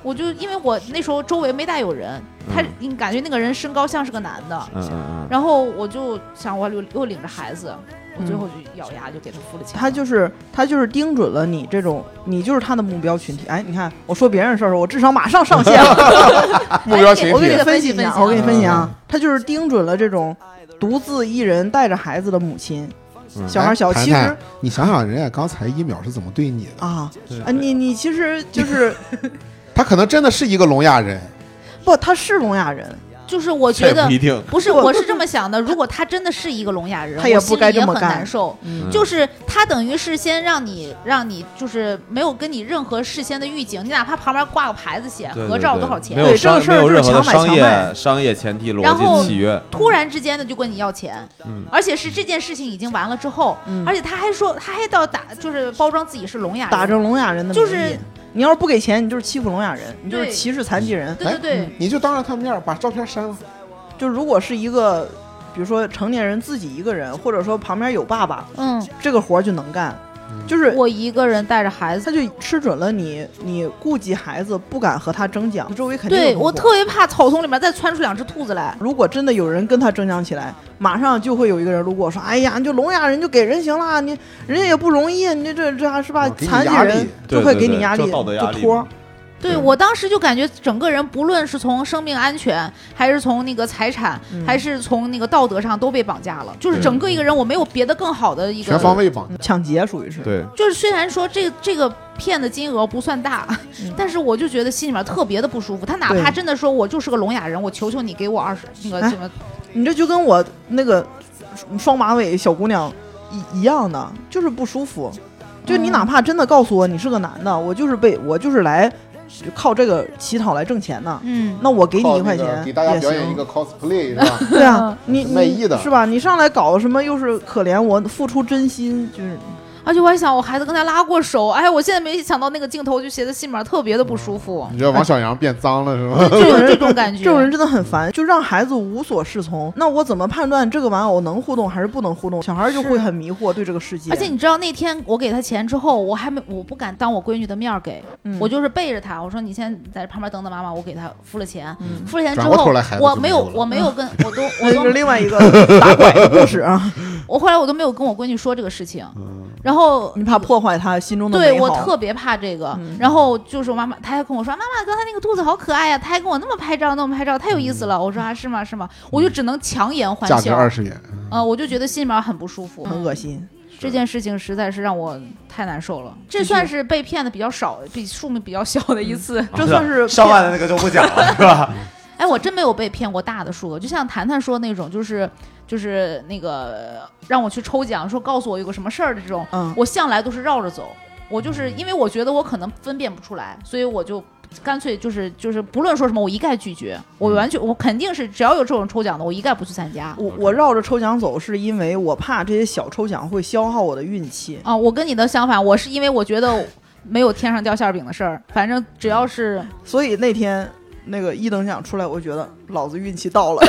Speaker 2: 我就因为我那时候周围没大有人，他
Speaker 4: 嗯
Speaker 2: 你感觉那个人身高像是个男的，
Speaker 4: 嗯嗯嗯，
Speaker 2: 然后我就想我又又领着孩子，我最
Speaker 1: 嗯
Speaker 2: 后就咬牙就给他付了钱了。
Speaker 1: 他就是他就是盯准了你这种，你就是他的目标群体。哎，你看我说别人的事儿的时候，我智商马上上线了。
Speaker 5: 目标群
Speaker 2: 哎我给
Speaker 1: 我给你
Speaker 5: 体
Speaker 1: 分
Speaker 2: 个分
Speaker 1: 析
Speaker 2: 析
Speaker 1: 一下，
Speaker 2: 分析
Speaker 1: 我给你分析啊，他就是盯准了这种独自一人带着孩子的母亲，
Speaker 4: 嗯
Speaker 1: 小孩小，
Speaker 5: 哎谈
Speaker 1: 其实
Speaker 5: 谈你想想人家刚才一秒是怎么对你的，
Speaker 1: 啊
Speaker 4: 对
Speaker 1: 啊，你你其实就是
Speaker 5: 他可能真的是一个聋哑人，
Speaker 1: 不，他是聋哑人，
Speaker 2: 就是我
Speaker 4: 这
Speaker 2: 觉
Speaker 4: 也
Speaker 2: 得
Speaker 4: 不一定。
Speaker 2: 不是，
Speaker 1: 不
Speaker 2: 我是这么
Speaker 1: <laughs>
Speaker 2: 想的。如果他真的是一个聋哑人，
Speaker 1: 他也
Speaker 2: 我
Speaker 1: 不
Speaker 2: 心里
Speaker 1: 该这
Speaker 2: 也
Speaker 1: 么
Speaker 2: 很
Speaker 1: 干
Speaker 2: 难受。
Speaker 1: 嗯
Speaker 4: 嗯
Speaker 2: 就是他等于是先让你让你就是没有跟你任何事先的预警，你哪怕旁边挂个牌子写
Speaker 4: 对对
Speaker 2: 合照
Speaker 4: 对
Speaker 2: 多少钱
Speaker 4: 没，有
Speaker 1: 对这
Speaker 4: 商
Speaker 1: 个事
Speaker 4: 没
Speaker 1: 儿就
Speaker 4: 有
Speaker 1: 是
Speaker 4: 任何的
Speaker 1: 强买
Speaker 4: 商
Speaker 1: 强
Speaker 4: 业
Speaker 1: 卖
Speaker 4: 商业前提
Speaker 2: 然
Speaker 4: 逻
Speaker 2: 后
Speaker 4: 辑契约，
Speaker 2: 突然之间的就跟你要钱，
Speaker 4: 嗯
Speaker 2: 而且是这件事情已经完了之后，
Speaker 1: 嗯
Speaker 2: 而且他还说他还到打就是包装自己是聋哑人，
Speaker 1: 打着聋哑人的名义哎
Speaker 2: 就是
Speaker 1: 你要是不给钱，你就是欺负聋哑人，你就是
Speaker 2: 对
Speaker 1: 歧视残疾人。
Speaker 2: 对对对。
Speaker 5: 你就当着他面儿把照片删了，
Speaker 1: 就如果是一个，比如说成年人自己一个人，或者说旁边有爸爸，
Speaker 2: 嗯，
Speaker 1: 这个活儿就能干，就是
Speaker 2: 我一个人带着孩子，
Speaker 1: 他就吃准了你，你顾及孩子不敢和他争讲，周围肯定有
Speaker 2: 对
Speaker 1: 同伙
Speaker 2: 我特别怕草丛里面再窜出两只兔子来。
Speaker 1: 如果真的有人跟他争抢起来，马上就会有一个人路过说：“哎呀，你就聋哑人就给人行啦，你人家也不容易，你这这还是吧
Speaker 5: 啊，给你
Speaker 1: 残疾
Speaker 5: 压力
Speaker 1: 人
Speaker 4: 对
Speaker 1: 就会
Speaker 4: 对
Speaker 1: 给
Speaker 4: 对
Speaker 1: 你压
Speaker 4: 这
Speaker 1: 力，
Speaker 4: 道德压
Speaker 1: 就
Speaker 4: 力
Speaker 1: 托
Speaker 4: 嘛。
Speaker 2: 对
Speaker 4: 对
Speaker 2: 我当时就感觉整个人，不论是从生命安全，还是从那个财产，
Speaker 1: 嗯
Speaker 2: 还是从那个道德上，都被绑架了。就是
Speaker 4: 对
Speaker 2: 整个一个人，我没有别的更好的一
Speaker 5: 全方
Speaker 2: 个。
Speaker 5: 位绑。
Speaker 1: 嗯抢劫属于是。
Speaker 4: 对，
Speaker 2: 就是虽然说这这个骗的金额不算大，
Speaker 1: 嗯
Speaker 2: <laughs> 但是我就觉得心里面特别的不舒服。他哪
Speaker 1: 对
Speaker 2: 怕真的说我就是个聋哑人，我求求你给我二十那个
Speaker 1: 哎
Speaker 2: 什么，
Speaker 1: 你这就跟我那个双马尾小姑娘一一样的，就是不舒服。就你
Speaker 2: 嗯
Speaker 1: 哪怕真的告诉我你是个男的，我就是被我就是来就靠这个乞讨来挣钱的，
Speaker 2: 嗯，
Speaker 1: 那我给你
Speaker 5: 靠
Speaker 1: 一块
Speaker 5: 那个
Speaker 1: 钱
Speaker 5: 给大家
Speaker 1: 也
Speaker 5: 表演
Speaker 1: 行
Speaker 5: 一个 cosplay 是吧？ <laughs>
Speaker 1: 对
Speaker 2: 嗯
Speaker 1: 啊，你
Speaker 5: 卖艺的
Speaker 1: 你是吧？你上来搞什么又是可怜我付出真心，就是
Speaker 2: 而且我还想，我孩子跟他拉过手，哎，我现在没想到那个镜头，我就觉得心里面特别的不舒服，
Speaker 5: 你知道王小阳变脏了是
Speaker 2: <laughs>
Speaker 5: 吗？
Speaker 2: 就有这种感觉。
Speaker 1: 这种人真的很烦， <laughs> 就让孩子无所适从。那我怎么判断这个玩偶能互动还是不能互动？小孩就会很迷惑，对这个世界。
Speaker 2: 而且你知道那天我给他钱之后，我还没我不敢当我闺女的面儿给，
Speaker 1: 嗯，
Speaker 2: 我就是背着她，我说你先在这旁边等等妈妈，我给她付了钱，
Speaker 1: 嗯
Speaker 2: 付了钱之
Speaker 5: 转过
Speaker 2: 后
Speaker 5: 头来孩，子
Speaker 2: 我
Speaker 5: 就
Speaker 2: 没
Speaker 5: 没
Speaker 2: 有
Speaker 5: 有了
Speaker 2: 我没有跟
Speaker 5: <laughs>
Speaker 2: 我都
Speaker 1: 这
Speaker 2: 我
Speaker 1: 是
Speaker 2: 都
Speaker 1: 另外一
Speaker 2: <laughs>
Speaker 1: 个打拐的故事啊！
Speaker 2: 我后来我都没有跟我闺女说这个事情，
Speaker 5: 嗯
Speaker 2: 然后
Speaker 1: 你怕破坏他心中的
Speaker 2: 对
Speaker 1: 美好
Speaker 2: 我特别怕这个。
Speaker 1: 嗯
Speaker 2: 然后就是我妈妈，她还跟我说：“妈妈，刚才那个兔子好可爱呀、她还跟我那么拍照，那么拍照，太有意思了。
Speaker 1: 嗯
Speaker 2: 我说：“啊，是吗？是吗？”我就只能强颜欢
Speaker 5: 价值
Speaker 2: 笑。
Speaker 5: 二十元，
Speaker 2: 呃，我就觉得心里面很不舒服，
Speaker 1: 很恶心。
Speaker 2: 这件事情实在是让我太难受了。这算是被骗的比较少、比数目比较小的一次。
Speaker 1: 这算是
Speaker 3: 上万的那个就不讲了，是吧？
Speaker 2: 哎，我真没有被骗过大的数额，就像谈谈说那种，就是就是那个呃让我去抽奖，说告诉我有个什么事儿的这种，
Speaker 1: 嗯
Speaker 2: 我向来都是绕着走。我就是因为我觉得我可能分辨不出来，所以我就干脆就是就是不论说什么，我一概拒绝。我完全我肯定是只要有这种抽奖的，我一概不去参加。
Speaker 1: 我我绕着抽奖走，是因为我怕这些小抽奖会消耗我的运气。
Speaker 2: 啊，我跟你的想法，我是因为我觉得没有天上掉馅儿饼的事儿，反正只要是
Speaker 1: 所以那天那个一等奖出来，我觉得老子运气到
Speaker 2: <laughs>
Speaker 1: 了。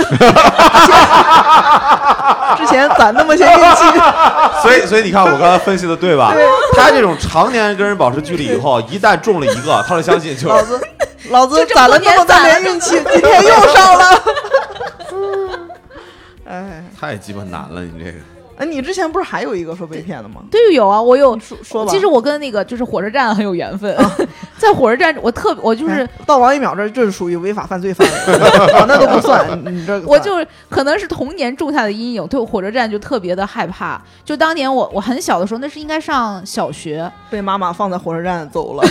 Speaker 1: 之前攒那么些运气，
Speaker 2: <laughs>
Speaker 4: 所以，所以你看，我刚才分析的对吧？他这种常年跟人保持距离以后，一旦中了一个，他就相信就
Speaker 1: 老
Speaker 4: 是
Speaker 1: 子老子攒了那么大年运气，今天又上了。哎，
Speaker 4: 太鸡巴难了，你这个。
Speaker 1: 哎，你之前不是还有一个说被骗的吗？
Speaker 2: 对，有啊，我有
Speaker 1: 说说吧。啊
Speaker 2: 其实我跟那个就是火车站很有缘分， <laughs> 在火车站我特我就是
Speaker 1: 哎到王一淼这儿，这是属于违法犯罪范围，
Speaker 2: <laughs>
Speaker 1: 我那都不算。你这个
Speaker 2: 我
Speaker 1: 算
Speaker 2: 就是可能是童年种下的阴影，对我火车站就特别的害怕。就当年我我很小的时候，那是应该上小学， <laughs>
Speaker 1: 被妈妈放在火车站走了。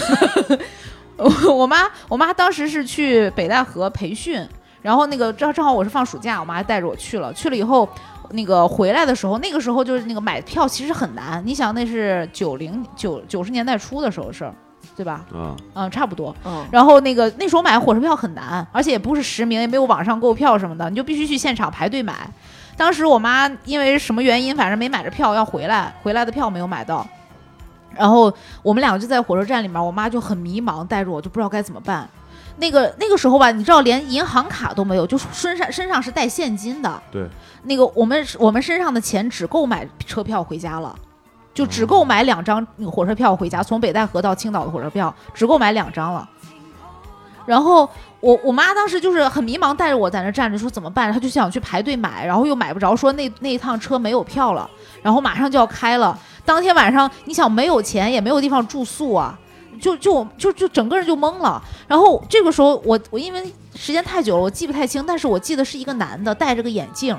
Speaker 2: 我我妈我妈当时是去北戴河培训，然后那个正正好我是放暑假，我妈带着我去了，去了以后。那个回来的时候，那个时候就是那个买票其实很难。你想，那是九零九九十年代初的时候的事儿，对吧？
Speaker 4: 嗯，
Speaker 2: 嗯，差不多。
Speaker 1: 嗯，
Speaker 2: 然后那个那时候买火车票很难，而且也不是实名，也没有网上购票什么的，你就必须去现场排队买。当时我妈因为什么原因，反正没买着票要回来，回来的票没有买到。然后我们两个就在火车站里面，我妈就很迷茫，带着我就不知道该怎么办。那个那个时候吧，你知道连银行卡都没有，就是身上身上是带现金的。
Speaker 4: 对，
Speaker 2: 那个我们我们身上的钱只够买车票回家了。就只够买两张那个火车票回家，从北戴河到青岛的火车票只够买两张了。然后我我妈当时就是很迷茫，带着我在那站着说怎么办，她就想去排队买，然后又买不着，说那那一趟车没有票了，然后马上就要开了。当天晚上你想没有钱也没有地方住宿啊，就就就就整个人就懵了。然后这个时候我我因为时间太久了，我记不太清，但是我记得是一个男的戴着个眼镜。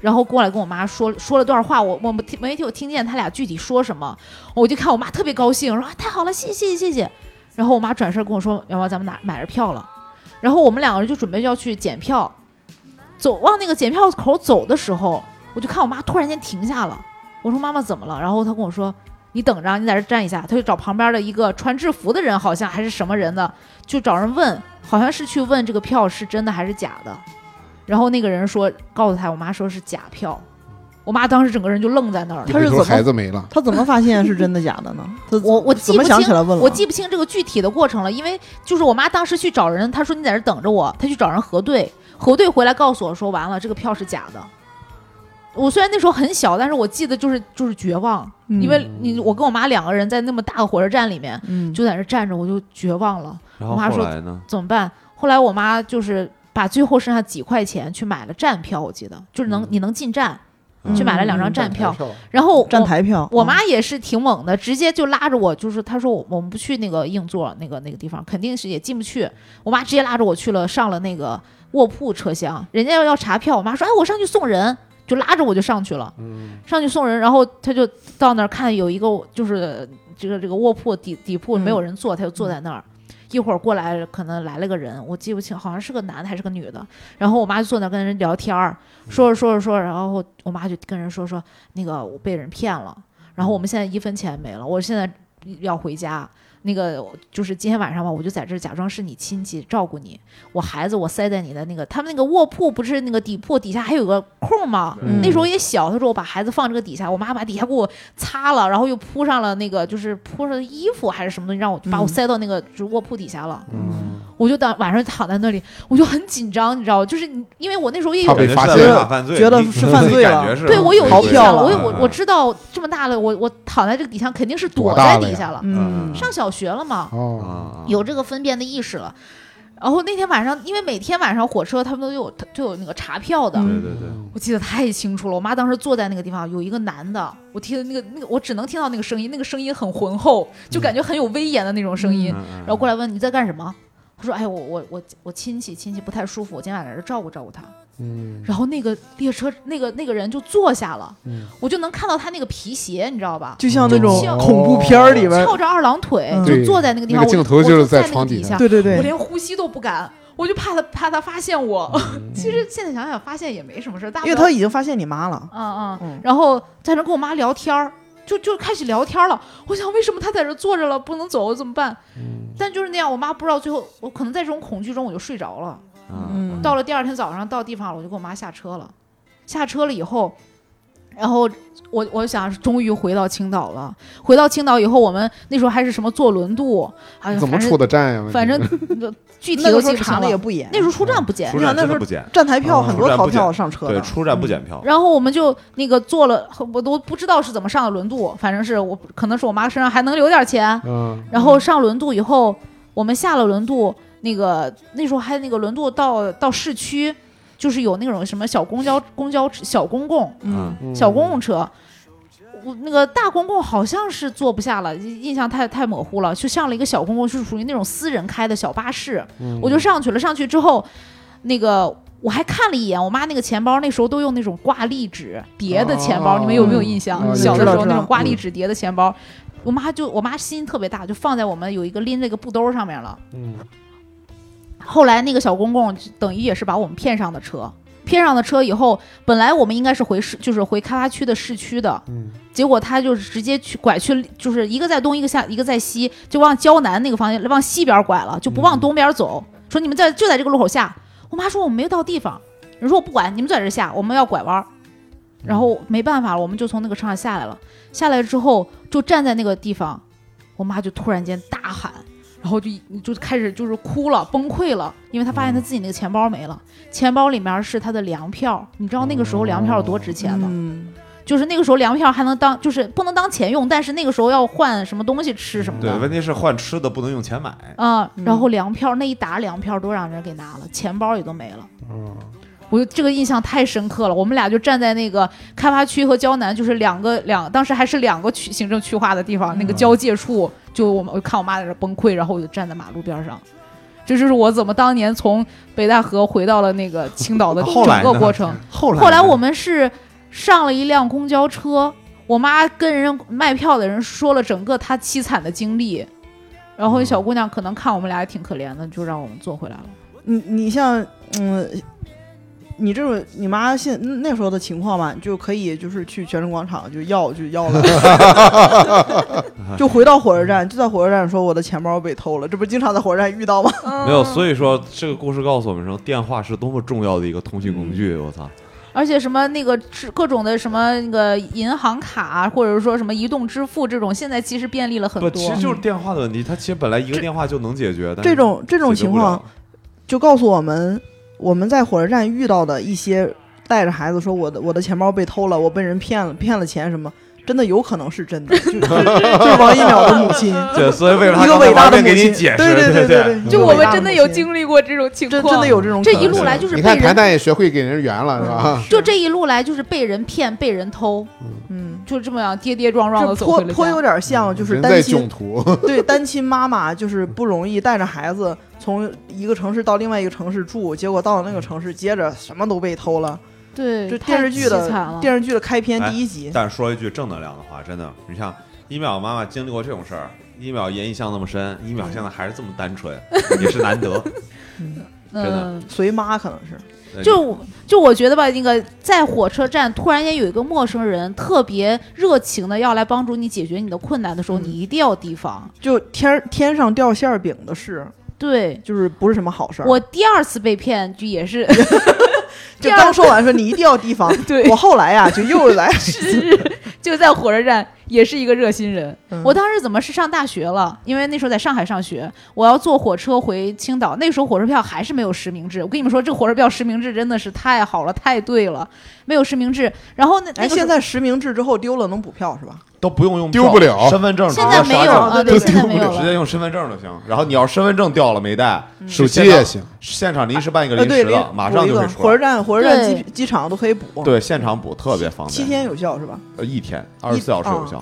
Speaker 2: 然后过来跟我妈说说了段话，我我没听没有听见他俩具体说什么，我就看我妈特别高兴，说啊太好了，谢谢谢谢谢谢。然后我妈转身跟我说，苗苗咱们哪买着票了，然后我们两个人就准备要去检票，走往那个检票口走的时候，我就看我妈突然间停下了，我说妈妈怎么了？然后她跟我说你等着，你在这站一下。她就找旁边的一个穿制服的人，好像还是什么人的，就找人问，好像是去问这个票是真的还是假的。然后那个人说告诉她，我妈说是假票，我妈当时整个人就愣在那儿了。
Speaker 5: 一
Speaker 1: 他是
Speaker 5: 回
Speaker 1: 怎么
Speaker 5: 头孩子没了，
Speaker 1: 他怎么发现是真的假的呢？他
Speaker 2: 我我记
Speaker 1: 怎么
Speaker 2: 不
Speaker 1: 想
Speaker 2: 清
Speaker 1: 起来问了？啊
Speaker 2: 我记不清这个具体的过程了，因为就是我妈当时去找人，她说你在这等着我，她去找人核对，核对回来告诉我说完了，这个票是假的。我虽然那时候很小，但是我记得就是就是绝望，
Speaker 1: 嗯
Speaker 2: 因为你我跟我妈两个人在那么大个火车站里面，
Speaker 1: 嗯，
Speaker 2: 就在那站着，我就绝望了，
Speaker 4: 然
Speaker 2: 我
Speaker 4: 后
Speaker 2: 妈
Speaker 4: 后
Speaker 2: 说
Speaker 4: 来呢？
Speaker 2: 怎么办？后来我妈就是把最后剩下几块钱去买了站票，我记得就是能、你能进站，
Speaker 4: 嗯
Speaker 2: 去买了两张
Speaker 1: 嗯
Speaker 2: 站票，然后我
Speaker 1: 站台票。
Speaker 2: 我
Speaker 1: 嗯
Speaker 2: 妈也是挺猛的，直接就拉着我，就是她说我我们不去那个硬座那个那个地方，肯定是也进不去。我妈直接拉着我去了，上了那个卧铺车厢，人家要要查票，我妈说哎我上去送人，就拉着我就上去了，
Speaker 1: 嗯
Speaker 2: 上去送人，然后她就到那儿看有一个就是这个这个卧铺底底铺
Speaker 1: 嗯
Speaker 2: 没有人坐，她就坐在那儿。一会儿过来，可能来了个人，我记不清，好像是个男的还是个女的。然后我妈就坐那儿跟人聊天儿，
Speaker 1: 嗯
Speaker 2: 说着说着说着，然后我妈就跟人说说那个我被人骗了，然后我们现在一分钱没了，我现在要回家。那个就是今天晚上吧，我就在这儿假装是你亲戚照顾你，我孩子我塞在你的那个他们那个卧铺不是那个底铺底下还有个空吗？
Speaker 6: 嗯
Speaker 2: 那时候也小，他说我把孩子放这个底下，我妈把底下给我擦了，然后又铺上了那个就是铺上的衣服还是什么东西，让我把我
Speaker 1: 嗯
Speaker 2: 塞到那个就是卧铺底下了。
Speaker 5: 嗯，
Speaker 2: 我就当晚上躺在那里，我就很紧张，你知道吗？就是你因为我那时候也有
Speaker 5: 怕被发
Speaker 4: 感觉
Speaker 5: 现
Speaker 4: 是在违
Speaker 5: 了
Speaker 4: 法犯罪，
Speaker 1: 觉得
Speaker 4: 你
Speaker 1: 是犯
Speaker 4: 自己
Speaker 1: 罪
Speaker 4: 感
Speaker 1: 了
Speaker 4: 觉是
Speaker 2: 对我有
Speaker 1: 逃
Speaker 2: 印
Speaker 1: 票
Speaker 2: 象，
Speaker 1: 了
Speaker 2: 我有我
Speaker 4: 嗯
Speaker 2: 我知道这么大了，我我躺在这个底下肯定是躲
Speaker 5: 多大
Speaker 2: 在
Speaker 5: 了
Speaker 2: 底
Speaker 5: 呀
Speaker 2: 下了，
Speaker 1: 嗯，
Speaker 2: 上小学了嘛，
Speaker 5: 哦，
Speaker 4: 啊，
Speaker 2: 有这个分辨的意识了。然后那天晚上，因为每天晚上火车他们都有就有那个查票的，
Speaker 4: 对
Speaker 1: 嗯
Speaker 4: 对对，
Speaker 2: 我记得太清楚了。我妈当时坐在那个地方，有一个男的，我听那个那个，我只能听到那个声音，那个声音很浑厚，就感觉很有威严的那种声音。
Speaker 4: 嗯嗯
Speaker 2: 然后过来问你在干什么，他说：“哎，我我我我亲戚亲戚不太舒服，我今天晚上在这照顾照顾他。”
Speaker 5: 嗯，
Speaker 2: 然后那个列车那个那个人就坐下了，
Speaker 5: 嗯
Speaker 2: 我就能看到他那个皮鞋，你知道吧？
Speaker 1: 就像那种
Speaker 2: 像
Speaker 1: 恐怖片儿里边，
Speaker 2: 翘着二郎腿、
Speaker 1: 嗯
Speaker 2: 就坐在那个地方，
Speaker 5: 对那个
Speaker 2: 我
Speaker 5: 镜头就是
Speaker 2: 我在
Speaker 5: 在床
Speaker 2: 那个
Speaker 5: 底
Speaker 2: 底
Speaker 5: 下
Speaker 1: 对对
Speaker 2: 我
Speaker 1: 对，
Speaker 2: 连呼吸都不敢，我就怕他怕他发现我。
Speaker 5: 嗯
Speaker 2: <laughs> 其实现在想想，发现也没什么事儿，大不
Speaker 1: 因为
Speaker 2: 了
Speaker 1: 他已经发现你妈了，
Speaker 2: 嗯嗯
Speaker 1: 嗯，
Speaker 2: 然后在那跟我妈聊天儿，就就开始聊天儿了。我想为什么她在这坐着了不能走，怎么办？
Speaker 5: 嗯
Speaker 2: 但就是那样，我妈不知道最后我可能在这种恐惧中我就睡着了。
Speaker 4: 嗯
Speaker 1: 嗯，
Speaker 2: 到了第二天早上到地方了，我就跟我妈下车了。下车了以后，然后我我想终于回到青岛了。回到青岛以后，我们那时候还是什么坐轮渡，哎呀，
Speaker 5: 怎么
Speaker 2: 反正
Speaker 5: 出的站呀？
Speaker 2: 反正
Speaker 1: <laughs>
Speaker 2: 具体
Speaker 1: 那
Speaker 2: 都
Speaker 1: 个时候
Speaker 2: 记不清
Speaker 1: 查嗯的
Speaker 2: 了
Speaker 1: 也不严，
Speaker 2: 那时候出站不检，
Speaker 4: 出
Speaker 1: 你看
Speaker 4: 站
Speaker 1: 那
Speaker 4: 真
Speaker 1: 时
Speaker 4: 的
Speaker 1: 候
Speaker 4: 不检，
Speaker 1: 站台票很
Speaker 4: 出
Speaker 1: 多
Speaker 4: 站
Speaker 1: 逃
Speaker 4: 哦不
Speaker 1: 票
Speaker 4: 检
Speaker 1: 上车
Speaker 4: 对，
Speaker 1: 的，
Speaker 4: 出站不检票，
Speaker 2: 然后我们就那个坐了，我都不知道是怎么上的轮渡，反正是我可能是我妈身上还能留点钱。
Speaker 5: 嗯，
Speaker 2: 然后上轮渡以后，我们下了轮渡，那个那时候还那个轮渡到到市区，就是有那种什么小公交、公交小公共、
Speaker 1: 嗯，
Speaker 5: 嗯
Speaker 2: 小公共车。我那个大公共好像是坐不下了，印象太太模糊了，就上了一个小公共，是属于那种私人开的小巴士。
Speaker 5: 嗯
Speaker 2: 我就上去了，上去之后，那个我还看了一眼我妈那个钱包，那时候都用那种挂历纸叠的钱包，
Speaker 5: 哦
Speaker 2: 你们有没有印象？
Speaker 5: 嗯
Speaker 2: 小的
Speaker 1: 知道
Speaker 2: 时候
Speaker 1: 知
Speaker 2: 那
Speaker 1: 道
Speaker 2: 种挂历纸叠的钱包，我妈就我妈心特别大，就放在我们有一个拎那个布兜上面了。
Speaker 5: 嗯
Speaker 2: 后来那个小公公等于也是把我们骗上的车，骗上的车以后，本来我们应该是回市，就是回开发区的市区的，
Speaker 5: 嗯
Speaker 2: 结果他就是直接去拐去，就是一个在东，一个下，一个在西，就往胶南那个方向，往西边拐了，就不往东边走。说你们在就在这个路口下。我妈说我们没到地方，人说我不管，你们在这儿下，我们要拐弯儿。然后没办法了，我们就从那个车上下来了。下来之后就站在那个地方，我妈就突然间大喊，然后就就开始就是哭了，崩溃了，因为她发现她自己那个钱包没了，钱包里面是她的粮票，你知道那个时候粮票有多值钱吗？
Speaker 1: 嗯，
Speaker 2: 就是那个时候粮票还能当，就是不能当钱用，但是那个时候要换什么东西吃什么
Speaker 4: 对，
Speaker 2: 的。
Speaker 4: 问题是换吃的不能用钱买，
Speaker 2: 啊、
Speaker 1: 嗯
Speaker 2: 然后粮票那一沓粮票都让人给拿了，钱包也都没了。
Speaker 5: 嗯
Speaker 2: 我就这个印象太深刻了，我们俩就站在那个开发区和胶南，就是两个两，当时还是两个区行政区划的地方，那
Speaker 4: 嗯
Speaker 2: 个交界处，就我们我看我妈在这崩溃，然后我就站在马路边上，这就是我怎么当年从北戴河回到了那个青岛的
Speaker 4: 啊后来
Speaker 2: 整
Speaker 4: 呢
Speaker 2: 个过程。
Speaker 4: 后来
Speaker 2: 后来我们是上了一辆公交车，我妈跟人卖票的人说了整个她凄惨的经历，然后
Speaker 4: 嗯
Speaker 2: 小姑娘可能看我们俩也挺可怜的，就让我们坐回来了。
Speaker 1: 你你像嗯，你这种你妈现那时候的情况吧，你就可以就是去全城广场就要就要了，
Speaker 4: <laughs>
Speaker 1: 就回到火车站，就在火车站说我的钱包被偷了，这不经常在火车站遇到吗？
Speaker 4: 没有，所以说这个故事告诉我们说，电话是多么重要的一个通讯工具。我操，
Speaker 2: 而且什么那个支各种的什么那个银行卡，或者说什么移动支付这种，现在其实便利了很
Speaker 4: 不，
Speaker 2: 多
Speaker 4: 其。实就是电话的问题，它其实本来一个电话就能解决，但是
Speaker 1: 这种这种
Speaker 4: 解决
Speaker 1: 情
Speaker 4: 不了
Speaker 1: 况，就告诉我们我们在火车站遇到的一些带着孩子说我的我的钱包被偷了，我被人骗了骗了钱什么，真的有可能是真的，
Speaker 5: <laughs>
Speaker 1: 就就是王一淼的母亲， <laughs>
Speaker 4: 对，所以为什么
Speaker 1: 一个
Speaker 4: 他刚才
Speaker 1: 伟大
Speaker 4: 旁
Speaker 1: 的母
Speaker 4: 边给
Speaker 1: 亲，
Speaker 4: 你解释，
Speaker 1: 对对
Speaker 4: 对
Speaker 1: 对，
Speaker 2: 就我们真的有
Speaker 1: 历，
Speaker 2: 经历过这种情
Speaker 1: 真
Speaker 2: 况，
Speaker 1: 真的有这种
Speaker 2: 这
Speaker 1: 可能
Speaker 2: 一路
Speaker 1: 性
Speaker 2: 来就是
Speaker 5: 你
Speaker 2: 被
Speaker 5: 看谈
Speaker 2: 人，
Speaker 5: 谈也学会给人圆 <laughs> 了是 <laughs> 吧？
Speaker 2: <laughs> 就这一路来就是被人骗、被人偷，
Speaker 1: 嗯。
Speaker 2: 就这么样跌跌撞撞的
Speaker 1: 这
Speaker 2: 走
Speaker 1: 颇
Speaker 2: 回了
Speaker 1: 颇有
Speaker 2: 家。
Speaker 1: 点像，就是
Speaker 5: 人在
Speaker 1: 单
Speaker 5: 囧
Speaker 1: 亲
Speaker 5: 途，
Speaker 1: 对单亲妈妈就是不容易带着孩子从一个城市到另外一个城市住，结果到了那个城市，接着什么都被偷了。
Speaker 2: 对，
Speaker 1: 这
Speaker 2: 太
Speaker 1: 电视剧
Speaker 2: 凄惨了
Speaker 1: 的电视剧的开篇
Speaker 4: 哎
Speaker 1: 第一集，
Speaker 4: 但是说一句正能量的话，真的，你像一秒妈妈经历过这种事儿，一秒也印象那么深，
Speaker 1: <laughs>
Speaker 4: 一秒现在还是这么单纯，也是难得。真的
Speaker 2: 嗯，
Speaker 1: 随妈可能是
Speaker 4: 那就
Speaker 2: 就就我觉得吧，那个在火车站突然间有一个陌生人特别热情的要来帮助你解决你的困难的时候，
Speaker 1: 嗯
Speaker 2: 你一定要提防。
Speaker 1: 就天天上掉馅儿饼的事，
Speaker 2: 对
Speaker 1: 就是不是什啊么好事儿。
Speaker 2: 我第二次被骗就也是 <laughs>
Speaker 1: 就
Speaker 2: 第二
Speaker 1: 刚说完说你一定要提防，
Speaker 2: <laughs> 对
Speaker 1: 我后来呀、啊就又
Speaker 2: <laughs>
Speaker 1: 来，
Speaker 2: 就在火车站也是一个热心人。
Speaker 1: 嗯
Speaker 2: 我当时怎么是上大学了？因为那时候在上海上学，我要坐火车回青岛。那时候火车票还是没有实名制。我跟你们说，这个火车票实名制真的是太好了，太对了，没有实名制。然后那那
Speaker 1: 哎，
Speaker 2: 个时候
Speaker 1: 现在实名制之后丢了能补票是吧？
Speaker 4: 都不用用
Speaker 5: 丢
Speaker 4: 票
Speaker 5: 不了
Speaker 4: 身份证直接
Speaker 2: 现在
Speaker 4: 刷
Speaker 2: 没有
Speaker 4: 上
Speaker 2: 啊，
Speaker 1: 对对
Speaker 2: 对，现在没有
Speaker 4: 直
Speaker 2: 了。
Speaker 4: 接用身份证就行。然后你要身份证掉了没带，
Speaker 5: 手机
Speaker 4: 现场
Speaker 5: 也行，
Speaker 4: 现场临时办一个
Speaker 1: 呃，
Speaker 4: 临
Speaker 1: 嗯对，
Speaker 4: 时
Speaker 1: 临
Speaker 4: 的，马上
Speaker 1: 补一
Speaker 4: 就
Speaker 1: 个
Speaker 4: 会出
Speaker 1: 火车
Speaker 4: 来。
Speaker 1: 站、火车站、
Speaker 2: 对
Speaker 1: 机机场都可以补，，
Speaker 4: 对，现场补特别方便，
Speaker 1: 七天有效是吧？
Speaker 4: 呃一天，二十四小时有效。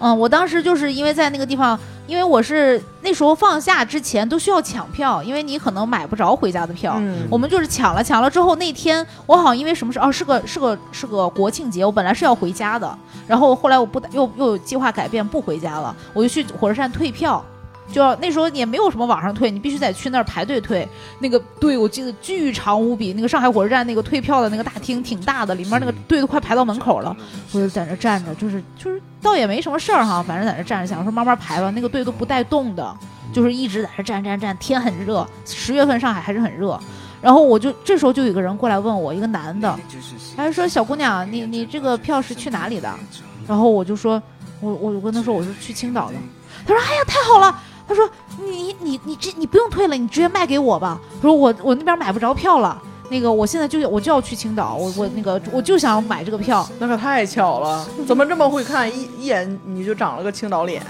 Speaker 2: 嗯，我当时就是因为在那个地方，因为我是那时候放假之前都需要抢票，因为你可能买不着回家的票。
Speaker 1: 嗯
Speaker 2: 我们就是抢了，抢了之后那天我好像因为什么事哦，是个是个是个国庆节，我本来是要回家的，然后后来我不又又有计划改变不回家了，我就去火车站退票，就要那时候也没有什么网上退，你必须得去那儿排队退。那个队我记得巨长无比，那个上海火车站那个退票的那个大厅挺大的，里面那个队都快排到门口了，
Speaker 1: 嗯
Speaker 2: 我就在那站着，就是就是倒也没什么事儿哈，反正在那站着，想说慢慢排吧，那个队都不带动的。就是一直在那站站站，天很热，十月份上海还是很热。然后我就这时候就有一个人过来问我，一个男的，他就说：“小姑娘，你你这个票是去哪里的？”然后我就说：“我我我跟他说我是去青岛的。”他说：“哎呀，太好了！”他说：“你你你这你不用退了，你直接卖给我吧。”他说：“我我那边买不着票了，那个我现在就我就要去青岛，我我那个我就想买这个票。
Speaker 1: 那可太巧
Speaker 2: <laughs>
Speaker 1: 了，怎么这么会看？一一眼你就长了个青岛脸，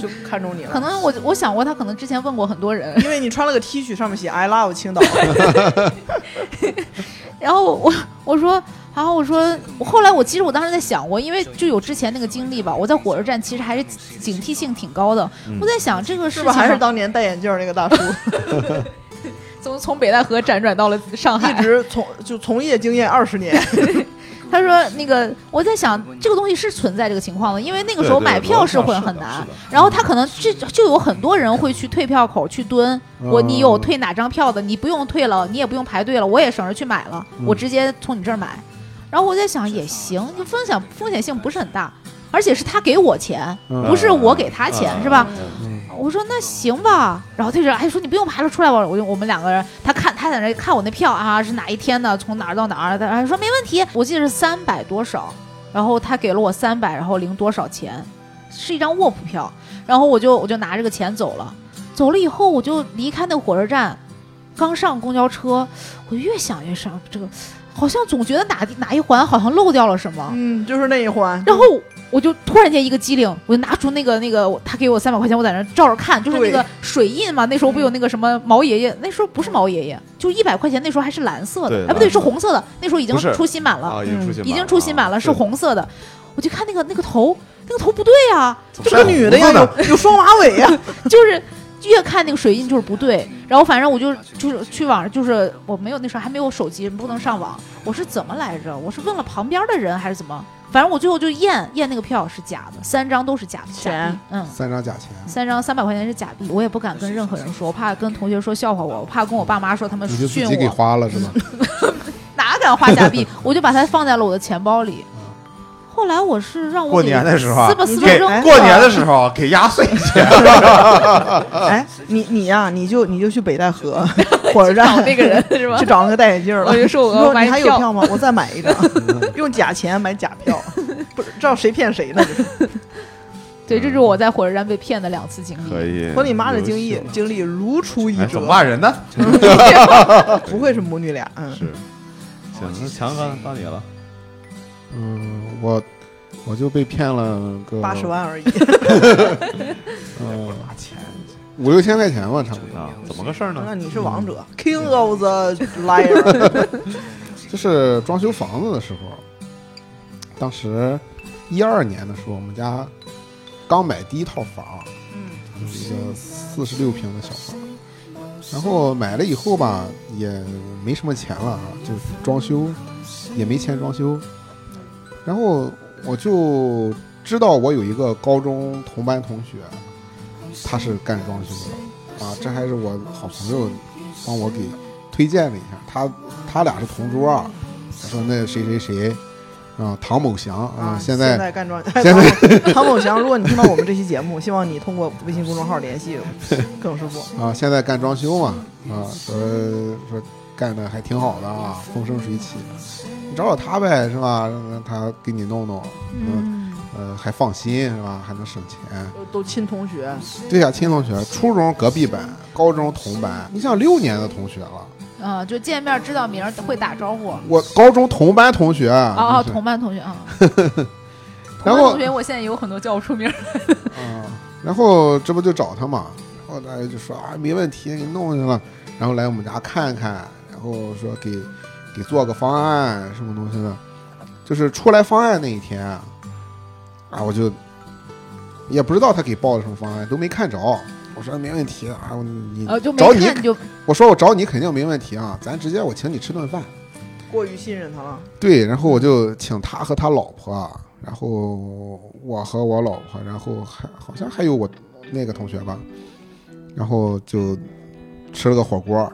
Speaker 1: 就看中你了。
Speaker 2: 可能我我想过，他可能之前问过很多人，
Speaker 1: 因为你穿了个 T 恤，上面写 “I love 青岛
Speaker 2: <laughs> 然后我 <laughs> 我说，然后我说，我后来我其实我当时在想，我因为就有之前那个经历吧，我在火车站其实还是警惕性挺高的。我在想这个”，事
Speaker 1: 是
Speaker 2: 情
Speaker 1: 吧？还是
Speaker 2: 上
Speaker 1: 当年戴眼镜儿那个大
Speaker 2: <laughs>
Speaker 1: 叔，
Speaker 2: 从从北戴河辗转到了上
Speaker 1: 一
Speaker 2: 海。
Speaker 1: 直从就从业经验二十年，
Speaker 2: 他说那个我在想这个东西是存在这个情况的，因为那个时候
Speaker 4: 对对
Speaker 2: 买
Speaker 4: 对
Speaker 2: 票
Speaker 4: 楼
Speaker 2: 是
Speaker 4: 上
Speaker 2: 会
Speaker 4: 是的
Speaker 2: 很
Speaker 4: 是
Speaker 2: 难
Speaker 4: 的。
Speaker 2: 然后他可能这就有很多人会去退票口去蹲，我你有退哪张票的，你不用退了，你也不用排队了，我也省着去买了，我直接从你这儿买。然后我在想也行，就风险风险性不是很大，而且是他给我钱，
Speaker 5: 嗯
Speaker 2: 不是我给他钱，
Speaker 4: 嗯
Speaker 2: 是吧？
Speaker 5: 嗯
Speaker 2: 我说那行吧，然后他就说哎说你不用排了，出来吧。我就我们两个人，他看他在那看我那票啊是哪一天的，从哪儿到哪儿的，他说没问题，我记得是三百多少，然后他给了我三百，然后零多少钱，是一张卧铺票，然后我就我就拿这个钱走了，走了以后我就离开那个火车站，刚上公交车，我越想越上这个，好像总觉得哪地哪一环好像漏掉了什么，
Speaker 1: 嗯，就是那一环。
Speaker 2: 然后我就突然间一个机灵，我就拿出那个那个，他给我三百块钱，我在那照着看，就是那个
Speaker 1: 对
Speaker 2: 水印嘛。那时候不有那个什么毛爷爷，那时候不是毛爷爷，就一百块钱，那时候还是蓝色
Speaker 4: 对
Speaker 2: 的，哎不对，
Speaker 4: 蓝
Speaker 2: 是
Speaker 4: 色
Speaker 2: 红色的，那时候已经
Speaker 4: 不是
Speaker 2: 出新版了，
Speaker 4: 啊，已经出新版
Speaker 2: 嗯
Speaker 4: 了，
Speaker 2: 已经出新版了，
Speaker 4: 啊
Speaker 2: 是。红色的。我就看那个那个头，那个头不对啊，
Speaker 1: <laughs> 这个女的呀，
Speaker 4: 我
Speaker 1: 有有双马尾呀，
Speaker 2: 就是越看那个水印就是不对。然后反正我就就是去网上，就是我没有那时候还没有手机，不能上网。我是怎么来着？我是问了旁边的人还是怎么？反正我最后就验验那个票是假的，三张都是假的假币
Speaker 1: 钱，
Speaker 2: 嗯。
Speaker 5: 三张假钱，
Speaker 2: 三张三百块钱是假币，我也不敢跟任何人说，我怕跟同学说笑话我，我怕跟我爸妈说他们
Speaker 5: 你就
Speaker 2: 训
Speaker 5: 自己给
Speaker 2: 我，
Speaker 5: 花了是吧？
Speaker 2: 哪敢花假币？我就把它放在了我的钱包里。后来我是让我
Speaker 3: 过
Speaker 2: 给
Speaker 3: 年的时候啊
Speaker 2: 撕吧撕吧
Speaker 1: 给
Speaker 2: 扔
Speaker 1: 哎
Speaker 3: 过年的时候给压岁钱，
Speaker 1: 哎，你你呀、你就你就去北戴
Speaker 2: <laughs>
Speaker 1: 河火车站
Speaker 2: 找那个 <laughs> 人是吧
Speaker 1: 去？找那个戴眼镜儿了
Speaker 2: 我。就说我
Speaker 1: 你说
Speaker 2: 要买
Speaker 1: 你还有
Speaker 2: 票，
Speaker 1: 票吗？我再买一张，用假钱买假
Speaker 2: <laughs>
Speaker 1: 票，不知道谁骗谁呢。这是
Speaker 2: 对，这是我在火车站被骗的两次经历。
Speaker 1: <laughs>
Speaker 4: 可以，
Speaker 1: 和你妈的经
Speaker 4: 优
Speaker 1: 历
Speaker 4: 秀
Speaker 1: 经历如出一
Speaker 4: 哎，怎么
Speaker 1: 辙，
Speaker 4: 骂人呢？
Speaker 1: 不愧是母女俩。嗯，
Speaker 4: 是，行，那强哥到你了，
Speaker 5: 嗯，我我就被骗了个
Speaker 1: 八十，万而已。
Speaker 5: 嗯，
Speaker 4: 拿钱
Speaker 5: 五六千块钱吧，差不多。
Speaker 4: 啊？怎么个事儿
Speaker 1: 那
Speaker 4: 呢？
Speaker 1: 你是王者，King of the Liar。
Speaker 5: 就是装修房子的时候，当时一二年的时候，我们家刚买第一套房，
Speaker 1: 嗯
Speaker 5: 就是一个四十六平的小房。然后买了以后吧，也没什么钱了啊，就装修也没钱装修。然后我就知道我有一个高中同班同学，他是干装修的啊，这还是我好朋友帮我给推荐了一下，他他俩是同桌啊。他说那谁谁谁，啊、唐某祥
Speaker 1: 啊，
Speaker 5: 啊、现
Speaker 1: 在
Speaker 5: 在
Speaker 1: 干庄，
Speaker 5: 现在
Speaker 1: 唐唐某祥，如果你听到我们这期节目，希望你通过微信公众号联系耿师傅。
Speaker 5: 啊，现在干装修嘛，啊，说说干的还挺好的啊，风生水起。你找找他呗，是吧？让他给你弄弄，嗯，呃，还放心是吧？还能省钱。
Speaker 1: 都都亲同学，
Speaker 5: 对呀、亲同学，初中隔壁班，高中同班，你想六年的同学了，
Speaker 2: 嗯，就见面知道名儿会打招呼。
Speaker 5: 我高中同班同学啊
Speaker 2: 哦哦，
Speaker 5: 就是
Speaker 2: 同班同
Speaker 5: <laughs>
Speaker 2: 学啊，同
Speaker 5: 然
Speaker 2: 班
Speaker 5: 后
Speaker 2: 同学，我现在有很多叫不出名儿。
Speaker 5: 啊，然后这不就找他嘛，然后大家就说啊，没问题，给你弄去了，然后来我们家看看，然后说给给做个方案什么东西的，就是出来方案那一天啊，啊，我就也不知道他给报的什么方案，都没看着，我说没问题啊，我你
Speaker 2: 呃，就没
Speaker 5: 找你
Speaker 2: 看就
Speaker 5: 我说我找你肯定没问题啊，咱直接我请你吃顿饭。
Speaker 1: 过于信任他了。
Speaker 5: 对，然后我就请他和他老婆，然后我和我老婆，然后还好像还有我那个同学吧，然后就吃了个火锅，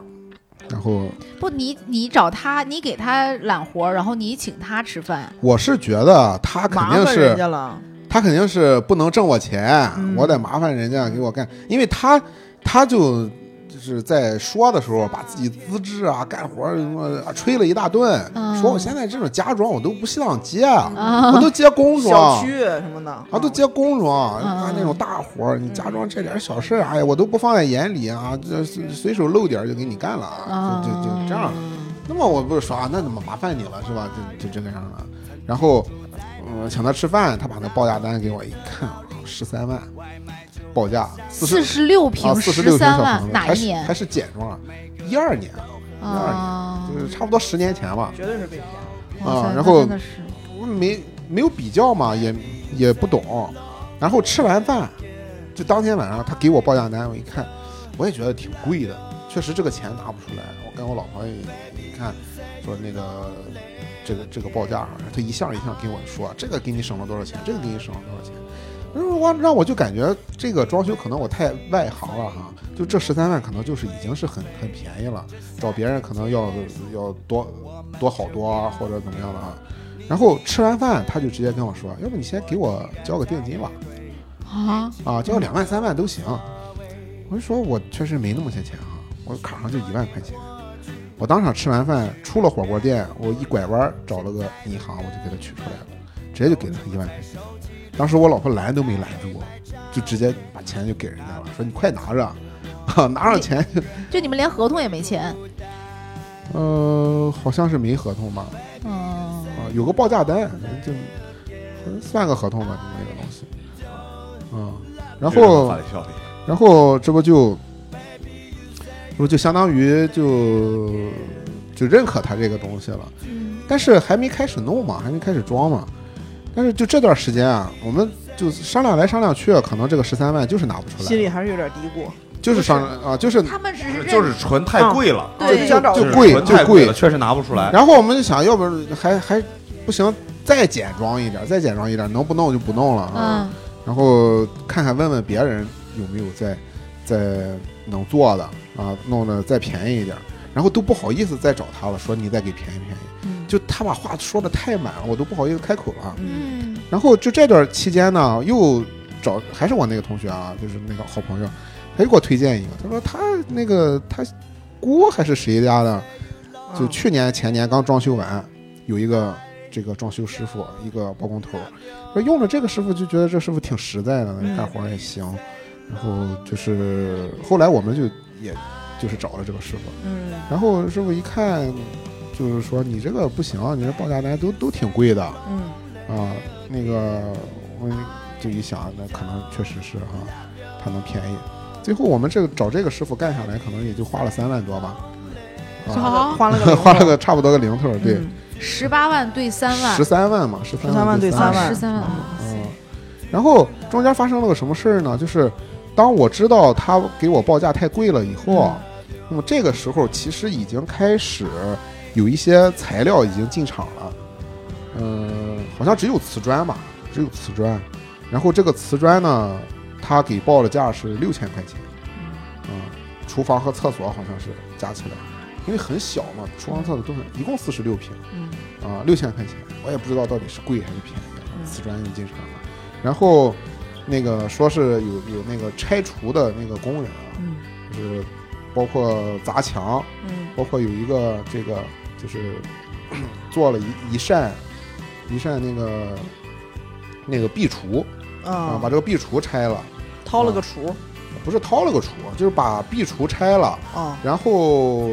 Speaker 5: 然后
Speaker 2: 不你你找他，你给他揽活儿，然后你请他吃饭，
Speaker 5: 我是觉得他肯
Speaker 1: 麻
Speaker 5: 定
Speaker 1: 烦人
Speaker 5: 是
Speaker 1: 家了，
Speaker 5: 他肯定是不能挣我钱，
Speaker 1: 嗯
Speaker 5: 我得麻烦人家给我干，因为他他就就是在说的时候把自己资质啊、干活儿什么啊吹了一大顿，
Speaker 2: 嗯
Speaker 5: 说我现在这种家装我都不想接，
Speaker 2: 啊
Speaker 5: 我都接工
Speaker 1: 嗯小
Speaker 5: 装
Speaker 1: 区。什么的啊
Speaker 5: 啊，都接工装，啊
Speaker 2: 嗯
Speaker 5: 那种大活儿，你家装这点小事儿，哎呀，我都不放在眼里啊，这随随手漏点儿就给你干了，
Speaker 2: 嗯
Speaker 5: 啊，就就就这
Speaker 2: 哦
Speaker 5: 样。那么我不是说啊，那怎么麻烦你了是吧？就就这个样了。然后，嗯、请他吃饭，他把那报价单给我一看，十三万报价，四
Speaker 2: 四
Speaker 5: 十
Speaker 2: 十六
Speaker 5: 啊，
Speaker 2: 平
Speaker 5: 四十
Speaker 2: 十
Speaker 5: 六平
Speaker 2: 三
Speaker 5: 小
Speaker 2: 万
Speaker 5: 房，子，
Speaker 2: 哪
Speaker 5: 还
Speaker 2: 一
Speaker 5: 是
Speaker 2: 年
Speaker 5: 还是简装啊，一二年，
Speaker 2: 嗯啊？
Speaker 5: 就是差不多十年前吧。
Speaker 1: 绝对是被骗了。
Speaker 2: 哇
Speaker 5: 啊
Speaker 2: 塞
Speaker 5: 然
Speaker 2: 那
Speaker 5: 后
Speaker 2: 真的是
Speaker 5: 我没没有比较嘛，也也不懂。然后吃完饭，就当天晚上他给我报价单，我一看，我也觉得挺贵的，确实这个钱拿不出来。我跟我老婆也一看，说那个这个这个报价，他一项一项跟我说，这个给你省了多少钱，这个给你省了多少钱。然后我让我就感觉这个装修可能我太外行了哈，就这十三万可能就是已经是很很便宜了，找别人可能要要多多好多啊或者怎么样的啊。然后吃完饭，他就直接跟我说：“要不你先给我交个定金吧，
Speaker 2: 啊，
Speaker 5: 啊，交个两万三万都行。”我就说：“我确实没那么些钱啊，我卡上就一万块钱。”我当场吃完饭，出了火锅店，我一拐弯找了个银行，我就给他取出来了，直接就给了他一万块钱。当时我老婆拦都没拦住我，就直接把钱就给人家了，说：“你快拿着，啊，拿着钱就……
Speaker 2: 就你们连合同也没签，
Speaker 5: 呃，好像是没合同吧？
Speaker 2: 嗯，
Speaker 5: 啊，有个报价单，就算个合同吧，就那个东西。啊，然后
Speaker 4: 法律效力，
Speaker 5: 然后这不就，这不就相当于就就认可他这个东西了。但是还没开始弄嘛，还没开始装嘛。但是就这段时间啊，我们就商量来商量去，可能这个十三万就是拿不出
Speaker 1: 心
Speaker 5: 来，
Speaker 1: 里还是有点嘀咕。
Speaker 5: 就是商啊，就是
Speaker 2: 他们只是认
Speaker 4: 就是纯太贵了，
Speaker 1: 我就
Speaker 2: 对
Speaker 1: 想找
Speaker 5: 就
Speaker 1: 个
Speaker 5: 贵
Speaker 4: 纯太
Speaker 5: 就贵嗯
Speaker 4: 了，确实拿不出来。
Speaker 5: 然后我们就想要不然还还不行，再简装一点，再简装一点，能不弄就不弄了啊。
Speaker 2: 嗯
Speaker 5: 然后看看问问别人有没有在在能做的啊，弄得再便宜一点儿，然后都不好意思再找他了，说你再给便宜便宜，
Speaker 1: 嗯
Speaker 5: 就他把话说的太满了，我都不好意思开口了。
Speaker 1: 嗯，
Speaker 2: 嗯
Speaker 5: 然后就这段期间呢，又找还是我那个同学啊，就是那个好朋友，他又给我推荐一个，他说他那个他姑还是谁家的，就
Speaker 1: 嗯
Speaker 5: 去年前年刚装修完，有一个这个装修师傅，一个包工头，说用了这个师傅就觉得这师傅挺实在的，
Speaker 1: 嗯
Speaker 5: 干活儿也行。然后就是后来我们就也就是找了这个师傅，
Speaker 1: 嗯
Speaker 5: 然后师傅一看，就是说你这个不行，你这报价单都都挺贵的啊、
Speaker 1: 嗯，
Speaker 5: 那个我就一想，那可能确实是哈、他能便宜。最后我们这个找这个师傅干下来，可能也就花了三万多吧，
Speaker 2: 好，
Speaker 1: 嗯花了个零头
Speaker 5: <laughs> 花了个差不多个零头儿，对。
Speaker 1: 嗯
Speaker 2: 十八万对三万啊
Speaker 5: 十，三万嘛，十三
Speaker 1: 13万对
Speaker 5: 三
Speaker 1: 13万
Speaker 2: 十三万，
Speaker 5: 嗯，然后中间发生了个什么事儿呢？就是当我知道他给我报价太贵了以后，啊那么这个时候其实已经开始有一些材料已经进场了，嗯，好像只有瓷砖吧，只有瓷砖。然后这个瓷砖呢，他给报的价是六千块钱，嗯，厨房和厕所好像是加起来，因为很小嘛，厨房、厕所都很，一共四十六平
Speaker 1: 嗯
Speaker 5: 啊，六千块钱，我也不知道到底是贵还是便宜，啊
Speaker 1: 嗯
Speaker 5: 瓷砖进城了。然后那个说是有有那个拆除的那个工人啊，
Speaker 1: 嗯
Speaker 5: 就是包括砸墙，
Speaker 1: 嗯
Speaker 5: 包括有一个这个就是 <coughs> 咳做了一一扇一扇那个那个壁橱啊，把
Speaker 1: 啊，
Speaker 5: 这个壁橱拆了，
Speaker 1: 掏了个厨
Speaker 5: 不是掏了个橱，就是把壁橱拆了。
Speaker 1: 啊，
Speaker 5: 然后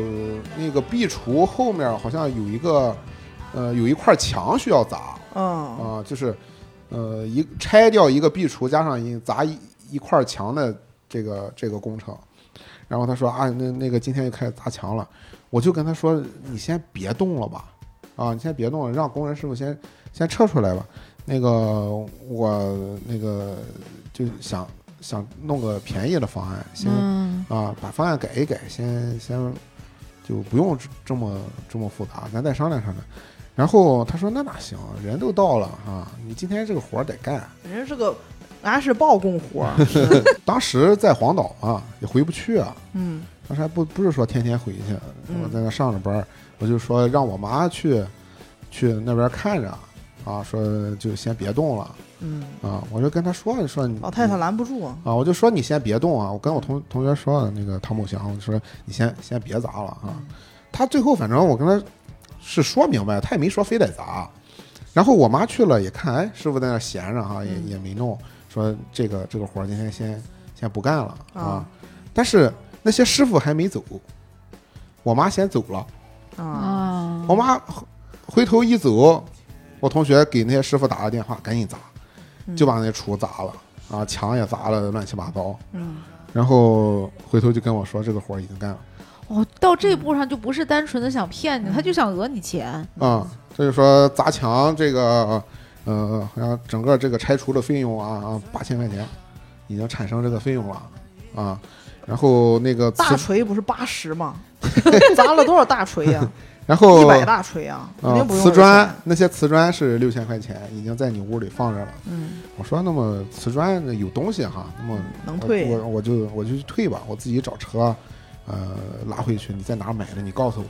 Speaker 5: 那个壁橱后面好像有一个，呃，有一块墙需要砸啊、
Speaker 1: 嗯
Speaker 5: 就是，呃，一拆掉一个壁橱，加上一砸一一块墙的这个这个工程。然后他说啊，那那个今天又开始砸墙了，我就跟他说，你先别动了吧，啊，你先别动了，让工人师傅先先撤出来吧。那个我那个就想想弄个便宜的方案，先
Speaker 6: 嗯，
Speaker 5: 啊，把方案改一改，先先就不用这这么这么复杂，咱再商量商量。然后他说：“那哪行，人都到了啊，你今天这个活儿得干。
Speaker 1: 人家是个人家是报供活儿，
Speaker 5: <laughs> 当时在黄岛嘛，也回不去啊。
Speaker 1: 嗯
Speaker 5: 当时还不不是说天天回去，我
Speaker 1: 嗯
Speaker 5: 在那上着班儿，我就说让我妈去去那边看着啊，说就先别动了
Speaker 1: 嗯，
Speaker 5: 啊。我就跟他说说你
Speaker 1: 老太太拦不住啊，
Speaker 5: 啊，我就说你先别动啊，我跟我同同学说的那个唐某祥，我说你先先别砸了啊。他最后反正我跟他是说明白，他也没说非得砸。然后我妈去了也看，哎，师傅在那儿闲着哈、也
Speaker 1: 嗯
Speaker 5: 也没弄，说这个这个活儿今天先先不干了啊。
Speaker 1: 啊
Speaker 5: 但是那些师傅还没走，我妈先走了。
Speaker 2: 哦嗯
Speaker 1: 啊，
Speaker 6: 啊
Speaker 5: 我妈回头一走，我同学给那些师傅打个电话，赶紧砸，
Speaker 1: 嗯
Speaker 5: 就把那厨砸了啊，墙也砸了，乱七八糟。
Speaker 1: 嗯
Speaker 5: 然后回头就跟我说这个活儿已经干了
Speaker 2: 哦，到这步上就不是单纯的想骗你，他就想讹你钱。
Speaker 5: 啊，这就说砸墙这个，呃，好像整个这个拆除的费用啊啊八千块钱，已经产生这个费用了啊。然后那个
Speaker 1: 大
Speaker 5: 瓷，
Speaker 1: 锤不是八十
Speaker 5: <laughs>
Speaker 1: 吗？砸了多少大锤呀？
Speaker 5: 然后
Speaker 1: 一百大锤啊，肯
Speaker 5: 啊
Speaker 1: 定不用
Speaker 5: 哦瓷砖
Speaker 1: 这钱
Speaker 5: 那些瓷砖是六千块钱，已经在你屋里放着了。
Speaker 1: 嗯，
Speaker 5: 我说那么瓷砖有东西哈，那么
Speaker 1: 能嗯
Speaker 5: 我
Speaker 1: 退
Speaker 5: 我我就我就去退吧，我自己找车，呃，拉回去。你在哪儿买的？你告诉我。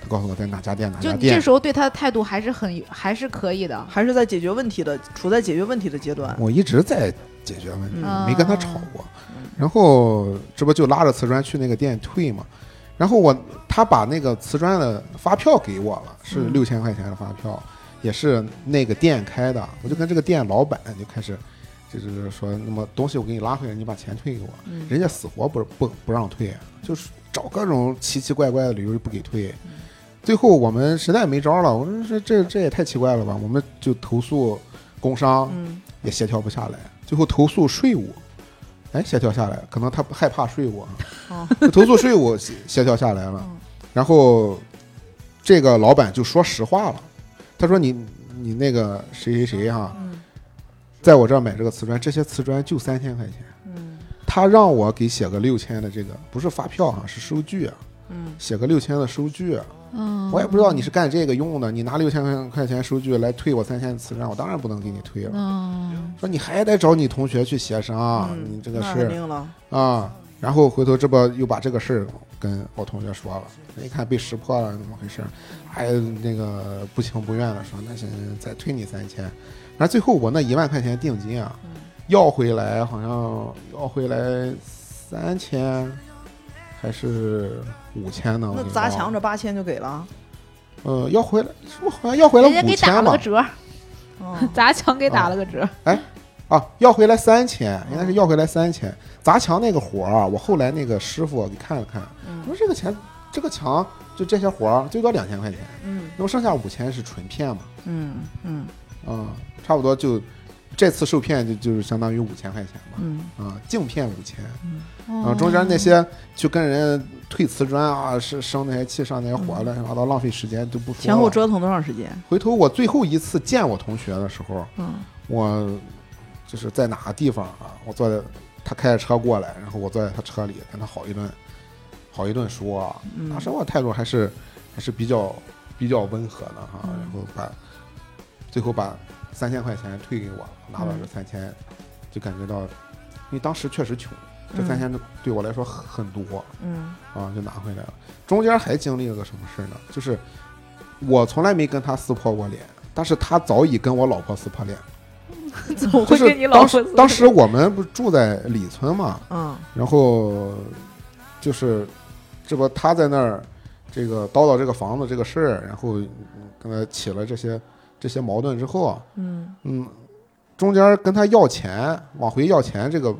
Speaker 5: 他告诉我在哪家店哪
Speaker 2: 就
Speaker 5: 家
Speaker 2: 你这
Speaker 5: 店。
Speaker 2: 时候对他的态度还是很还是可以的。
Speaker 1: 还是在解决问题的，处在解决问题的阶段。
Speaker 5: 我一直在解决问题，
Speaker 2: 嗯
Speaker 5: 没跟他吵过。
Speaker 1: 嗯
Speaker 5: 然后这不就拉着瓷砖去那个店退嘛？然后我他把那个瓷砖的发票给我了，是
Speaker 1: 嗯
Speaker 5: 六千块钱的发票，也是那个店开的。我就跟这个店老板就开始，就是说，那么东西我给你拉回来，你把钱退给我。
Speaker 1: 嗯
Speaker 5: 人家死活不不不让退，啊就是找各种奇奇怪怪的理由就不给退。
Speaker 1: 嗯
Speaker 5: 最后我们实在没招了，我说这这这也太奇怪了吧，我们就投诉工商
Speaker 1: 嗯
Speaker 5: 也协调不下来，最后投诉税务，哎，协调下来了，可能他害怕税务啊，
Speaker 1: 哦
Speaker 5: 投诉税务协协调下来了，
Speaker 1: 嗯
Speaker 5: 然后这个老板就说实话了，他说你你那个谁谁谁哈、
Speaker 1: 嗯
Speaker 5: 在我这儿买这个瓷砖，这些瓷砖就三千块钱。
Speaker 1: 嗯
Speaker 5: 他让我给写个六千的这个，不是发票哈、是收据啊，
Speaker 1: 嗯
Speaker 5: 写个六千的收据啊。
Speaker 2: 嗯，
Speaker 5: 我也不知道你是干这个用的，你拿六千块钱收据来退我三千瓷砖，我当然不能给你退了。
Speaker 2: 嗯，
Speaker 5: 说你还得找你同学去协商，
Speaker 1: 嗯
Speaker 5: 啊你这个
Speaker 1: 那
Speaker 5: 事
Speaker 1: 肯
Speaker 5: 儿
Speaker 1: 定了，
Speaker 5: 啊。然后回头这不又把这个事儿跟我同学说了，一看被识破了，怎么回事？哎，那个不情不愿的说，那行再退你三千。然后最后我那一万块钱定金啊，
Speaker 1: 嗯
Speaker 5: 要回来好像要回来三千还是五千呢？我
Speaker 1: 那
Speaker 5: 给
Speaker 1: 砸
Speaker 5: 忘了
Speaker 1: 墙这八千就给了。啊
Speaker 5: 呃要回来是不是好像要回来
Speaker 2: 人家
Speaker 5: 五
Speaker 2: 给打
Speaker 5: 千
Speaker 2: 了
Speaker 5: 吧
Speaker 2: 个？折，
Speaker 1: <laughs> 嗯
Speaker 2: 砸墙给打了个折。
Speaker 5: 啊，要回来三千，
Speaker 1: 嗯
Speaker 5: 应该是要回来三千。砸墙那个活儿啊，我后来那个师傅给看了看，
Speaker 1: 嗯
Speaker 5: 我说这个钱，这个墙就这些活儿最多两千块钱，
Speaker 1: 嗯
Speaker 5: 那么剩下五千是纯骗嘛？
Speaker 1: 嗯嗯
Speaker 5: 啊，差不多就这次受骗就就是相当于五千块钱吧。
Speaker 1: 嗯
Speaker 5: 啊，净骗五千，然后
Speaker 2: 嗯
Speaker 5: 中间那些去跟人家退瓷砖啊，是生那些气上那些火乱七八糟，浪费时间就不说
Speaker 1: 嗯
Speaker 5: 了。
Speaker 1: 前后折腾多长时间？
Speaker 5: 回头我最后一次见我同学的时候，
Speaker 1: 嗯
Speaker 5: 我就是在哪个地方啊，我坐在他开着车过来，然后我坐在他车里跟他好一顿，好一顿说啊，
Speaker 1: 嗯
Speaker 5: 当时我态度还是还是比较比较温和的哈，
Speaker 1: 嗯
Speaker 5: 然后把最后把三千块钱退给我，拿到这三千，就感觉到，因为当时确实穷，这三千对我来说很多，
Speaker 1: 嗯
Speaker 5: 啊，就拿回来了。中间还经历了个什么事呢？就是我从来没跟他撕破过脸，但是他早已跟我老婆撕破脸。
Speaker 2: 嗯
Speaker 6: 总
Speaker 5: 就
Speaker 6: 会
Speaker 5: 是
Speaker 6: 跟你老
Speaker 5: 当
Speaker 6: 婆
Speaker 5: 时当时我们不是住在李村嘛，
Speaker 1: 嗯
Speaker 5: 然后就是这不他在那儿这个叨叨这个房子这个事儿，然后跟他起了这些这些矛盾之后啊，
Speaker 1: 嗯
Speaker 5: 嗯，中间跟他要钱往回要钱这个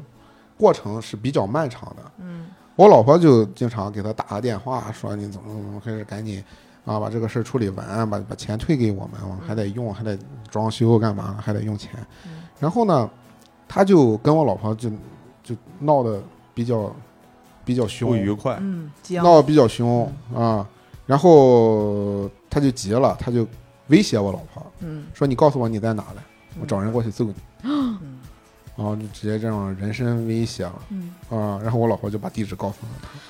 Speaker 5: 过程是比较漫长的。
Speaker 1: 嗯
Speaker 5: 我老婆就经常给他打个电话，说你怎么怎么回事，赶紧啊把这个事儿处理完，把把钱退给我们，我们还得用，还得装修干嘛，还得用钱。
Speaker 1: 嗯
Speaker 5: 然后呢，他就跟我老婆就就闹得比较比较凶
Speaker 4: 不，愉快，
Speaker 1: 嗯，僵
Speaker 5: 闹得比较凶啊。然后他就急了，他就威胁我老婆
Speaker 1: 嗯
Speaker 5: 说：“你告诉我你在哪来，我找人过去揍你。”
Speaker 1: 嗯
Speaker 5: 然后就直接这种人身威胁了
Speaker 1: 嗯，
Speaker 5: 啊。然后我老婆就把地址告诉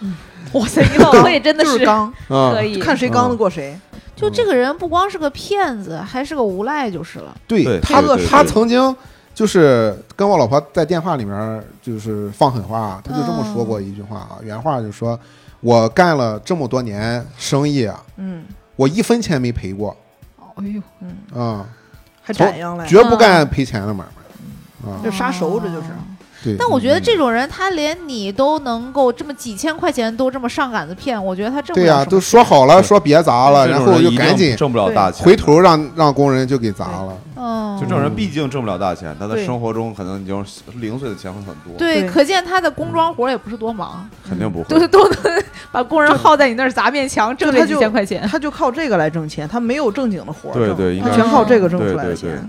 Speaker 5: 了
Speaker 6: 哇塞，你老婆也真的
Speaker 1: 就是刚，
Speaker 5: 他啊
Speaker 6: 可。以
Speaker 1: 就看谁
Speaker 4: 嗯
Speaker 1: 刚得过谁。
Speaker 2: 就这个人不光是个骗子，还是个无赖就是了。
Speaker 5: 对
Speaker 4: 对
Speaker 5: 他
Speaker 1: 对对
Speaker 5: 他
Speaker 4: 对
Speaker 5: 曾经就是跟我老婆在电话里面就是放狠话，他就这么说过一句话啊，原话就说：“我干了这么多年生意啊，
Speaker 1: 嗯
Speaker 5: 我一分钱没赔过
Speaker 6: 哎呦，
Speaker 1: 嗯，
Speaker 5: 啊、
Speaker 1: 还
Speaker 5: 从
Speaker 1: 展样
Speaker 2: 哎
Speaker 1: 了呀，
Speaker 5: 绝不干赔钱的买卖啊、
Speaker 1: 这杀熟这就是。
Speaker 4: 嗯
Speaker 5: 对，
Speaker 2: 但我觉得这种人，他连你都能够这么几千块钱都这么上杆子骗，我觉得他挣不
Speaker 5: 嗯对呀、
Speaker 2: 了什么
Speaker 5: 都说好了，
Speaker 4: 对
Speaker 5: 说别砸了，
Speaker 4: 这
Speaker 5: 然
Speaker 4: 种
Speaker 5: 后
Speaker 4: 人
Speaker 5: 就
Speaker 4: 一定
Speaker 5: 赶紧
Speaker 4: 挣不了
Speaker 1: 对
Speaker 4: 大钱，
Speaker 5: 回头让让工人就给砸了。
Speaker 2: 嗯，
Speaker 4: 就这种人毕竟挣不了大钱，他在
Speaker 1: 对
Speaker 4: 生活中可能你就零碎的钱会很多，
Speaker 2: 对，
Speaker 1: 对
Speaker 2: 可见他的工装活儿也不是多忙，
Speaker 4: 肯定不会
Speaker 6: 都。都能把工人耗在你那儿砸面墙，挣
Speaker 1: 这
Speaker 6: 这
Speaker 1: 他
Speaker 6: 几
Speaker 1: 就
Speaker 6: 千块钱。
Speaker 1: 他就靠这个来挣钱，他没有正经的活儿
Speaker 4: 对
Speaker 1: 挣
Speaker 4: 对应该
Speaker 1: 全
Speaker 2: 是
Speaker 1: 靠这个挣
Speaker 4: 对
Speaker 1: 出来的
Speaker 4: 对
Speaker 1: 钱。
Speaker 4: 对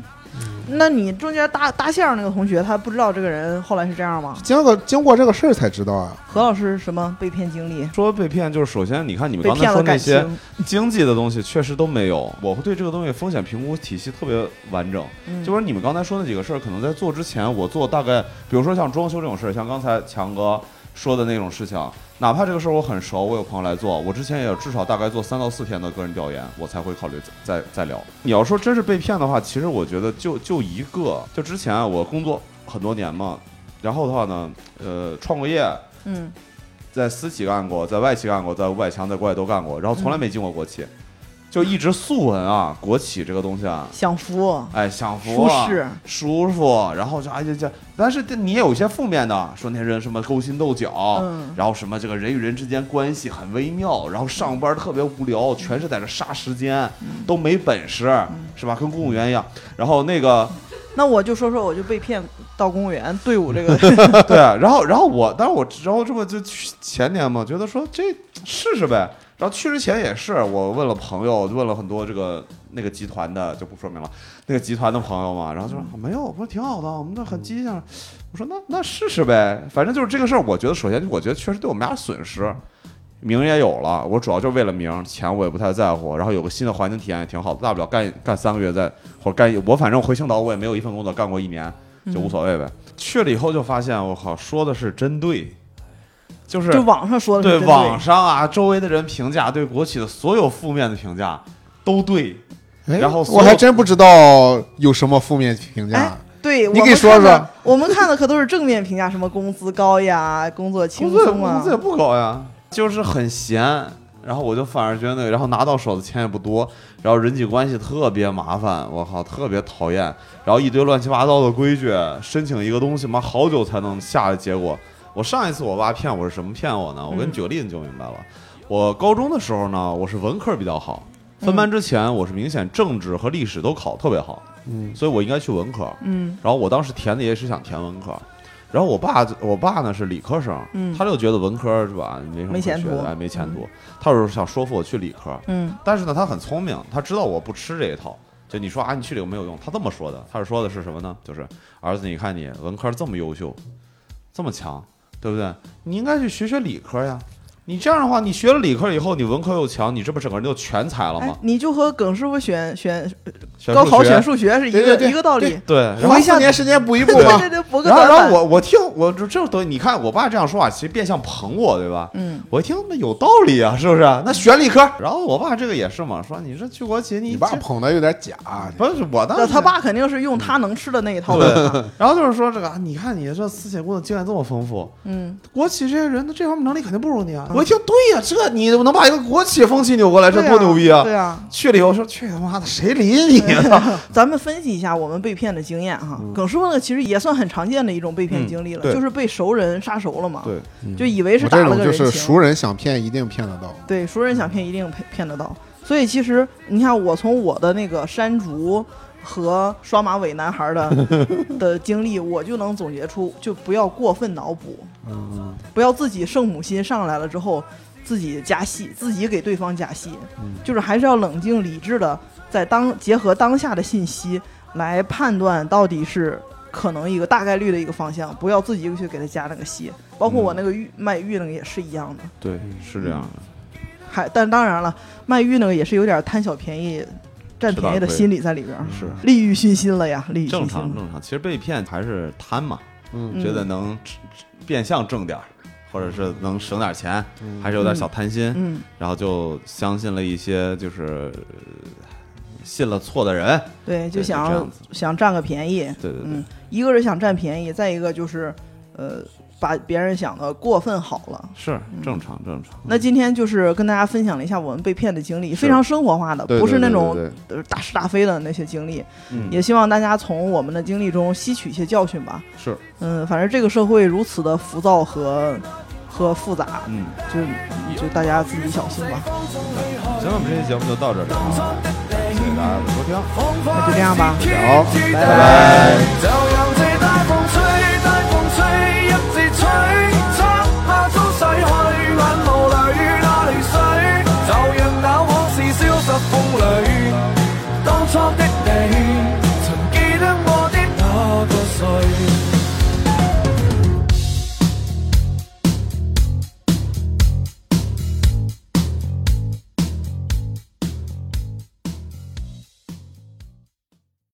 Speaker 1: 那你中间搭搭线儿那个同学，他不知道这个人后来是这样吗？
Speaker 5: 经过经过这个事儿才知道啊，
Speaker 1: 何老师什么被骗经历？
Speaker 4: 说被骗就是首先，你看你们
Speaker 1: 被
Speaker 4: 刚才
Speaker 1: 骗
Speaker 4: 说
Speaker 1: 了
Speaker 4: 那
Speaker 1: 感
Speaker 4: 些
Speaker 1: 情，
Speaker 4: 经济的东西确实都没有，我会对这个东西风险评估体系特别完整。
Speaker 1: 嗯
Speaker 4: 就是你们刚才说那几个事儿，可能在做之前，我做大概，比如说像装修这种事儿，像刚才强哥说的那种事情，哪怕这个事儿我很熟，我有朋友来做，我之前也至少大概做三到四天的个人调研，我才会考虑再再再聊。你要说真是被骗的话，其实我觉得就就一个，就之前啊我工作很多年嘛，然后的话呢，呃，创过业，
Speaker 1: 嗯
Speaker 4: 在私企干过，在外企干过，在五百强、在国外都干过，然后从来
Speaker 1: 嗯
Speaker 4: 没进过国企，就一直素闻啊，国企这个东西啊，
Speaker 1: 享福，
Speaker 4: 哎，享福、
Speaker 1: 舒
Speaker 4: 啊、
Speaker 1: 适，
Speaker 4: 舒服，然后就哎呀这，但是你也有一些负面的，说那人什么勾心斗角，
Speaker 1: 嗯
Speaker 4: 然后什么这个人与人之间关系很微妙，然后上班特别无聊，全是在这杀时间，
Speaker 1: 嗯
Speaker 4: 都没本事，是吧？跟公务员一样。然后那个
Speaker 1: 那我就说说，我就被骗到公务员队伍这个，
Speaker 4: 对，啊然后然后我，但是我然后这不就去前年嘛，觉得说这试试呗。然后去之前也是，我问了朋友，问了很多这个那个集团的就不说明了，那个集团的朋友嘛，然后就说、
Speaker 1: 嗯
Speaker 4: 没有，我说挺好的，我们这很积极向。我说那那试试呗，反正就是这个事儿，我觉得首先我觉得确实对我们俩损失，名也有了，我主要就是为了名，钱我也不太在乎，然后有个新的环境体验也挺好的，大不了干干三个月再或者干一我反正回青岛我也没有一份工作干过一年，
Speaker 1: 嗯
Speaker 4: 就无所谓呗。去了以后就发现，我靠，说的是真对，就是
Speaker 1: 就网上说的是
Speaker 4: 对
Speaker 1: 真
Speaker 4: 网上啊，周围的人评价对国企的所有负面的评价都对，
Speaker 5: 哎
Speaker 4: 然后所
Speaker 5: 我还
Speaker 4: 有
Speaker 5: 真不知道有什么负面评价
Speaker 1: 哎。对，
Speaker 5: 你
Speaker 1: 我
Speaker 5: 给
Speaker 1: 们
Speaker 5: 说
Speaker 1: 看
Speaker 5: 说
Speaker 1: 的。我们看的可都是正面评价，什么工资高呀，工作轻
Speaker 4: 工资
Speaker 1: 松
Speaker 4: 工
Speaker 1: 啊
Speaker 4: 资。也不高呀，就是很闲。然后我就反而觉得那个，然后拿到手的钱也不多，然后人际关系特别麻烦，我靠，特别讨厌。然后一堆乱七八糟的规矩，申请一个东西妈好久才能下来结果。我上一次我爸骗我是什么骗我呢？我给
Speaker 1: 嗯
Speaker 4: 你举个例子你就明白了。我高中的时候呢，我是文科比较好，分
Speaker 1: 嗯
Speaker 4: 班之前我是明显政治和历史都考特别好，
Speaker 5: 嗯，
Speaker 4: 所以我应该去文科。
Speaker 1: 嗯
Speaker 4: 然后我当时填的也是想填文科，然后我爸我爸呢是理科生，
Speaker 1: 嗯
Speaker 4: 他就觉得文科是吧没什么
Speaker 1: 没前
Speaker 4: 可学
Speaker 1: 途
Speaker 4: 的哎没前途，他就是想说服我去理科，
Speaker 1: 嗯
Speaker 4: 但是呢他很聪明，他知道我不吃这一套。就你说啊，你去理个没有用，他这么说的，他是说的是什么呢？就是儿子，你看你文科这么优秀，这么强，对不对？你应该去学学理科呀。你这样的话，你学了理科以后，你文科又强，你这不整个人就全才了
Speaker 1: 哎
Speaker 4: 吗，？
Speaker 1: 你就和耿师傅选选
Speaker 4: 选
Speaker 1: 高考
Speaker 4: 学
Speaker 1: 选数学是一
Speaker 5: 对
Speaker 1: 个
Speaker 5: 对对
Speaker 1: 一个道理。
Speaker 4: 对，然后
Speaker 5: 花四年时间补一补
Speaker 1: 对
Speaker 5: 嘛
Speaker 1: 对。对，博个
Speaker 4: 然后
Speaker 1: 短
Speaker 4: 然后
Speaker 1: 板。
Speaker 4: 我我听我就这东西，你看我爸这样说话，其实变相捧我，对吧？
Speaker 1: 嗯，
Speaker 4: 我一听那有道理啊，是不是？那选理科，然后我爸这个也是嘛，说你这去国企，你
Speaker 5: 你爸
Speaker 4: 这
Speaker 5: 捧的有点假，啊
Speaker 4: 不是我当
Speaker 1: 那
Speaker 4: 时
Speaker 1: 他爸肯定是用他能吃的那一套
Speaker 4: 对
Speaker 1: 的。
Speaker 4: 然后就是说这个，啊你看你这思想工作经验这么丰富，
Speaker 1: 嗯，
Speaker 4: <laughs> 国企这些人的这方面能力肯定不如你啊！我一听，对呀、这你能把一个国企风气扭过来，这
Speaker 1: 对
Speaker 4: 多牛逼啊！
Speaker 1: 对
Speaker 4: <laughs>
Speaker 1: 啊，
Speaker 4: 去了以后说，去他妈的，谁理你啊？
Speaker 1: 咱们分析一下我们被骗的经验哈。耿师傅呢，其实也算很常见的一种被骗经历了，
Speaker 4: 嗯对
Speaker 1: 就是被熟人杀熟了嘛，
Speaker 4: 对，
Speaker 1: 就以为是
Speaker 5: 我
Speaker 1: 打
Speaker 5: 这
Speaker 1: 了
Speaker 5: 种
Speaker 1: 个
Speaker 5: 就
Speaker 1: 人
Speaker 5: 是
Speaker 1: 情，
Speaker 5: 熟人想骗一定骗得到。
Speaker 1: 对，熟人想骗一定骗骗得到。所以其实你看，我从我的那个山竹和双马尾男孩
Speaker 5: <laughs>
Speaker 1: 的的经历，我就能总结出，就不要过分脑补，
Speaker 5: 嗯，
Speaker 1: 不要自己圣母心上来了之后自己加戏，自己给对方加戏，
Speaker 5: 嗯
Speaker 1: 就是还是要冷静理智的，在当结合当下的信息来判断到底是可能一个大概率的一个方向，不要自己去给他加那个戏。包括
Speaker 5: 嗯
Speaker 1: 我那个玉、卖玉那个也是一样的，
Speaker 4: 对，是这样的，
Speaker 1: 还但当然了，卖玉那个也是有点贪小便宜、占便宜的心理在里边儿，
Speaker 4: 是
Speaker 1: 利欲熏心了呀，利欲熏
Speaker 4: 嗯正
Speaker 1: 心
Speaker 4: 常
Speaker 1: 了。
Speaker 4: 正常。其实被骗还是贪嘛，
Speaker 5: 嗯
Speaker 4: 觉得能变相挣点儿，或者是能省点钱，还是有点小贪心，
Speaker 1: 嗯，
Speaker 4: 然后就相信了一些就是呃信了错的人。
Speaker 1: 对，就
Speaker 4: 对就这
Speaker 1: 想
Speaker 4: 样子
Speaker 1: 想占个便宜，
Speaker 4: 对对对，
Speaker 1: 嗯，一个是想占便宜，再一个就是，呃，把别人想的过分好了。
Speaker 4: 是正常正常。
Speaker 1: 嗯那今天就是跟大家分享了一下我们被骗的经历，非常生活化的，
Speaker 5: 对
Speaker 1: 不是
Speaker 5: 对
Speaker 1: 那
Speaker 5: 对
Speaker 1: 种
Speaker 5: 对
Speaker 1: 呃大是大非的那些经历。
Speaker 4: 嗯
Speaker 1: 也希望大家从我们的经历中吸取一些教训吧。
Speaker 4: 是，
Speaker 1: 嗯，反正这个社会如此的浮躁和和复杂，
Speaker 4: 嗯，
Speaker 1: 就就大家自己小心吧。
Speaker 4: 行，我们这期节目就到这里了啊，谢谢大家的收听。
Speaker 1: 那就这样吧。
Speaker 5: 好，
Speaker 7: 拜拜。就讓這大風吹，大風吹，一直吹，漆黑都洗去，眼無淚那淚水，就讓那往事消失風裏。當初的